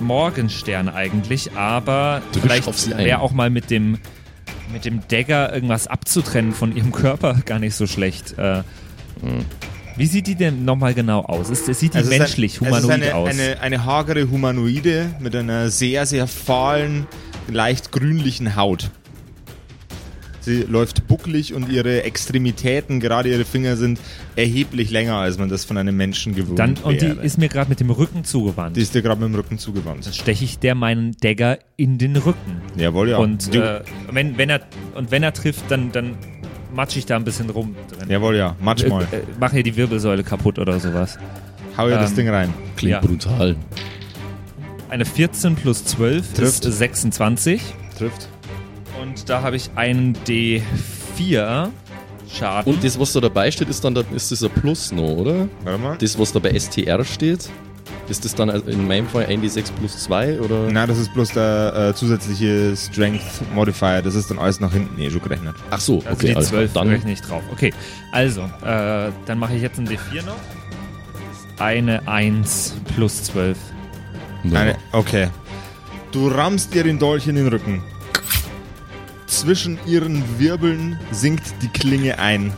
Speaker 6: Morgenstern eigentlich, aber
Speaker 4: Drück auf sie
Speaker 6: vielleicht
Speaker 4: ein.
Speaker 6: wäre auch mal mit dem mit dem Dagger irgendwas abzutrennen von ihrem Körper (laughs) gar nicht so schlecht. Äh, Wie sieht die denn nochmal genau aus? Ist, sieht die
Speaker 1: Also Es ist ein-
Speaker 6: menschlich, humanoid
Speaker 1: es ist eine,
Speaker 6: aus?
Speaker 1: Eine, eine hagere Humanoide mit einer sehr, sehr fahlen, leicht grünlichen Haut. Sie läuft bucklig und ihre Extremitäten, gerade ihre Finger, sind erheblich länger, als man das von einem Menschen gewohnt
Speaker 6: Dann, und die
Speaker 1: wäre.
Speaker 6: ist mir gerade mit dem Rücken zugewandt.
Speaker 1: die ist dir gerade mit dem Rücken zugewandt.
Speaker 6: steche ich der meinen Dagger in den Rücken.
Speaker 1: Jawohl, ja.
Speaker 6: Und,
Speaker 1: du,
Speaker 6: äh, wenn, wenn er, und wenn er trifft, dann, dann matsche ich da ein bisschen rum drin.
Speaker 1: jawohl, ja. Matsch mal.
Speaker 6: Äh, äh, mach hier die Wirbelsäule kaputt oder sowas.
Speaker 1: Hau ihr das
Speaker 6: ähm,
Speaker 1: Ding rein.
Speaker 4: Klingt
Speaker 6: ja.
Speaker 4: brutal.
Speaker 6: Eine 14 plus 12
Speaker 1: Trifft.
Speaker 6: ist 26.
Speaker 1: Trifft.
Speaker 6: Und da habe ich einen D4 Schaden.
Speaker 4: Und das, was da dabei steht, ist dann da, ist das ein Plus noch, oder?
Speaker 1: Warte mal.
Speaker 4: Das, was da bei STR steht, ist das dann in meinem Fall 1d6 plus 2 oder?
Speaker 1: Na, das ist bloß der äh, zusätzliche Strength Modifier. Das ist dann alles nach hinten eh schon gerechnet.
Speaker 4: Ach so,
Speaker 6: also
Speaker 4: okay,
Speaker 6: die
Speaker 4: also
Speaker 6: 12
Speaker 4: dann
Speaker 6: rechne ich drauf. Okay, also, äh, dann mache ich jetzt einen D4 noch. Eine 1 plus 12.
Speaker 4: Ja.
Speaker 1: Eine, okay. Du rammst ihr den Dolch in den Rücken. Zwischen ihren Wirbeln sinkt die Klinge ein.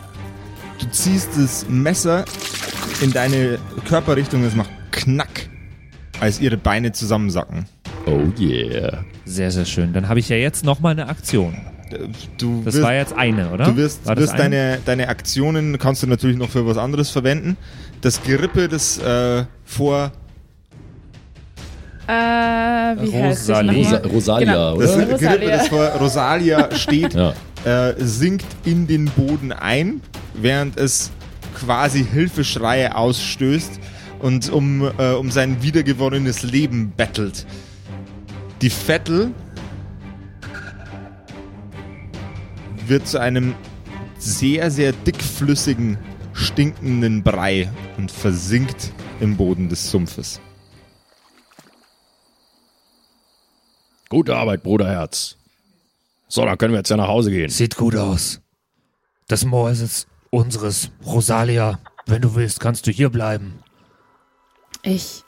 Speaker 1: Du ziehst das Messer in deine Körperrichtung, es macht Knack, als ihre Beine zusammensacken.
Speaker 4: Oh yeah.
Speaker 6: Sehr, sehr schön. Dann habe ich ja jetzt nochmal eine Aktion.
Speaker 1: Äh, Du
Speaker 6: Das
Speaker 1: wirst,
Speaker 6: war jetzt eine, oder?
Speaker 1: du wirst,
Speaker 6: war das
Speaker 1: wirst
Speaker 6: eine?
Speaker 1: deine, deine Aktionen, kannst du natürlich noch für was anderes verwenden. Das Gerippe, das äh, vor
Speaker 7: Äh, wie heißt das
Speaker 6: Rosalie.
Speaker 7: nochmal?
Speaker 4: Rosa Rosalia,
Speaker 7: Genau.
Speaker 1: das
Speaker 4: oder?
Speaker 7: Rosalia.
Speaker 1: Gerippe, das vor Rosalia steht,
Speaker 4: Ja.
Speaker 1: äh, sinkt in den Boden ein, während es quasi Hilfeschreie ausstößt und um, äh, um sein wiedergewonnenes Leben bettelt. Die Vettel wird zu einem sehr, sehr dickflüssigen, stinkenden Brei und versinkt im Boden des Sumpfes.
Speaker 4: Gute Arbeit, Bruderherz. So, dann können wir jetzt ja nach Hause gehen.
Speaker 5: Sieht gut aus. Das Moor ist jetzt unseres. Rosalia, wenn du willst, kannst du hier bleiben.
Speaker 7: Ich,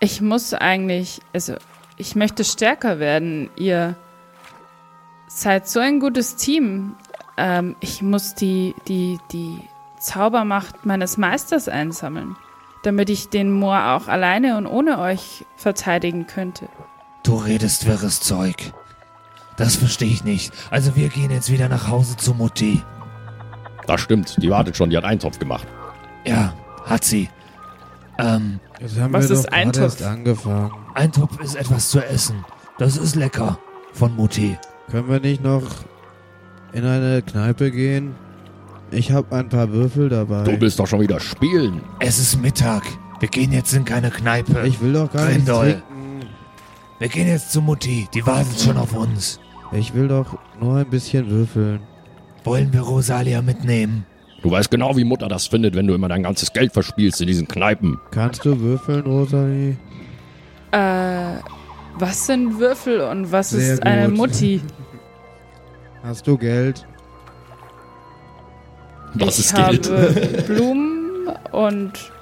Speaker 7: ich muss eigentlich, also ich möchte stärker werden. Ihr seid so ein gutes Team. Ähm, ich muss die, die, die Zaubermacht meines Meisters einsammeln, damit ich den Moor auch alleine und ohne euch verteidigen könnte.
Speaker 5: Du redest wirres Zeug. Das verstehe ich nicht. Also wir gehen jetzt wieder nach Hause zu Mutti.
Speaker 4: Das stimmt, die wartet schon, die hat Eintopf gemacht.
Speaker 5: Ja, hat sie. Ähm,
Speaker 3: Jetzt haben
Speaker 7: Was
Speaker 3: wir
Speaker 7: ist
Speaker 3: doch
Speaker 7: ein
Speaker 3: gerade
Speaker 7: Topf?
Speaker 3: erst angefangen.
Speaker 5: ein Topf ist etwas zu essen. Das ist lecker von Mutti.
Speaker 3: Können wir nicht noch in eine Kneipe gehen? Ich habe ein paar Würfel dabei.
Speaker 4: Du willst doch schon wieder spielen.
Speaker 5: Es ist Mittag. Wir gehen jetzt in keine Kneipe.
Speaker 3: ich will doch gar nicht
Speaker 5: Grindel.
Speaker 3: trinken.
Speaker 5: Wir gehen jetzt zu Mutti. Die wartet schon auf uns.
Speaker 3: Ich will doch nur ein bisschen würfeln.
Speaker 5: Wollen wir Rosalia mitnehmen?
Speaker 4: Du weißt genau, wie Mutter das findet, wenn du immer dein ganzes Geld verspielst in diesen Kneipen.
Speaker 3: Kannst du würfeln, Rosalie?
Speaker 7: Äh, was sind Würfel und was
Speaker 3: Sehr
Speaker 7: ist eine
Speaker 3: gut.
Speaker 7: Mutti?
Speaker 3: Hast du Geld?
Speaker 4: Was
Speaker 7: ich
Speaker 4: ist
Speaker 7: habe
Speaker 4: Geld?
Speaker 7: (laughs) Blumen und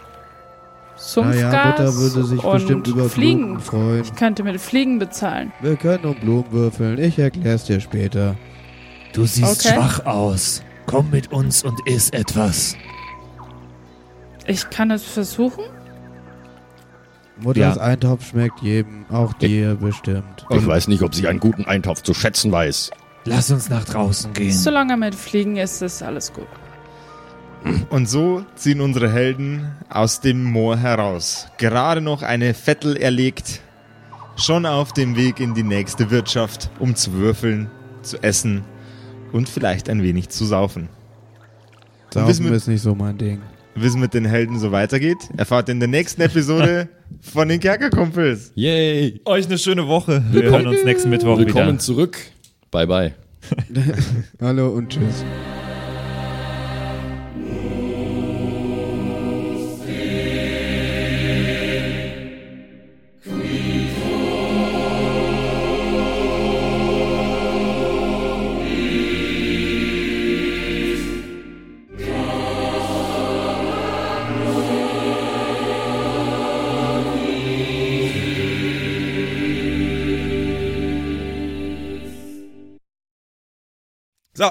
Speaker 7: Sumpfgas
Speaker 3: naja, Mutter würde sich bestimmt über
Speaker 7: und Fliegen.
Speaker 3: Blumen freuen.
Speaker 7: Ich könnte mit Fliegen bezahlen.
Speaker 3: Wir können um Blumen würfeln. Ich erklär's dir später.
Speaker 5: Du siehst
Speaker 7: Okay.
Speaker 5: schwach aus. Komm mit uns und iss etwas.
Speaker 7: Ich kann es versuchen.
Speaker 3: Mutters Eintopf schmeckt jedem, auch dir bestimmt.
Speaker 4: Ich weiß nicht, ob sie einen guten Eintopf zu schätzen weiß.
Speaker 5: Lass uns nach draußen gehen.
Speaker 7: Solange er mit Fliegen ist, ist alles gut.
Speaker 8: Und so ziehen unsere Helden aus dem Moor heraus. Gerade noch eine Vettel erlegt, schon auf dem Weg in die nächste Wirtschaft, um zu würfeln, zu essen und vielleicht ein wenig zu saufen. wissen
Speaker 3: Saufen
Speaker 8: wir-
Speaker 3: ist
Speaker 4: (laughs)
Speaker 3: nicht so mein Ding.
Speaker 8: Wie es mit den Helden so weitergeht, erfahrt ihr in der nächsten Episode von den Kerkerkumpels.
Speaker 9: Yay!
Speaker 1: Euch eine schöne Woche. Wir hören uns nächsten Mittwoch wieder.
Speaker 9: Willkommen zurück. Bye, bye.
Speaker 3: Hallo und tschüss.
Speaker 8: So,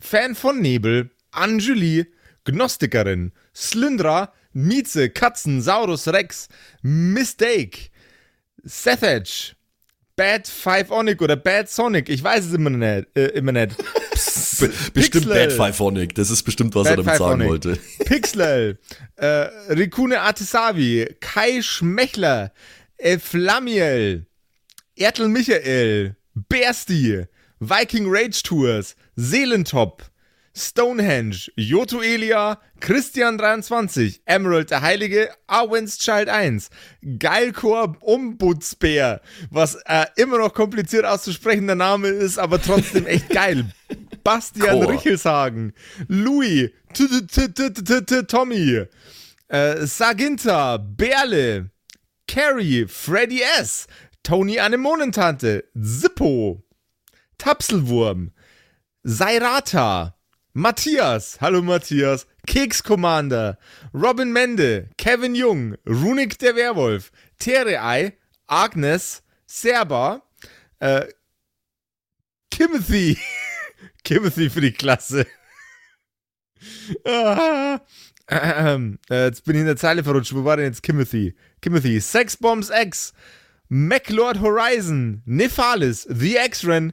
Speaker 8: Fan von Nebel, Anjuli, Gnostikerin, Slyndra, Mieze, Katzen, Saurus Rex, Mistake, Sethage, Bad Five Onic oder Bad Sonic, ich weiß es immer nicht. Äh, immer nicht.
Speaker 9: B (laughs) bestimmt
Speaker 8: Pixel.
Speaker 9: Bad Fiveonic. Das ist bestimmt, was
Speaker 8: Bad
Speaker 9: er damit sagen
Speaker 8: Fiveonic. (laughs)
Speaker 9: wollte.
Speaker 8: Pixel, äh, Rikune Artisavi, Kai Schmechler, Eflamiel, Ertel Michael, Bersti, Viking Rage Tours, Seelentop, Stonehenge, Joto Elia, Christian23, Emerald der Heilige, Arwen's Child 1, Geilkor Ombudsbär, was äh, immer noch kompliziert auszusprechender Name ist, aber trotzdem
Speaker 9: (laughs)
Speaker 8: echt geil. Bastian
Speaker 9: Chor.
Speaker 8: Richelshagen, Louis, T- T- T- T- T- T- Tommy, äh, Saginta, Berle, Carrie, Freddy S., Tony Anemonentante, Zippo, Tapselwurm, Sairata, Matthias, hallo Matthias, Keks Commander, Robin Mende, Kevin Jung, Runik der Werwolf, Terei, Agnes, Serba, äh, Timothy, (laughs) Timothy für die Klasse. (laughs) ah, ähm, äh, jetzt bin ich in der Zeile verrutscht. Wo war denn jetzt Timothy? Timothy, Sex Bombs X, MacLord Horizon, Nephalis, The X-Ren,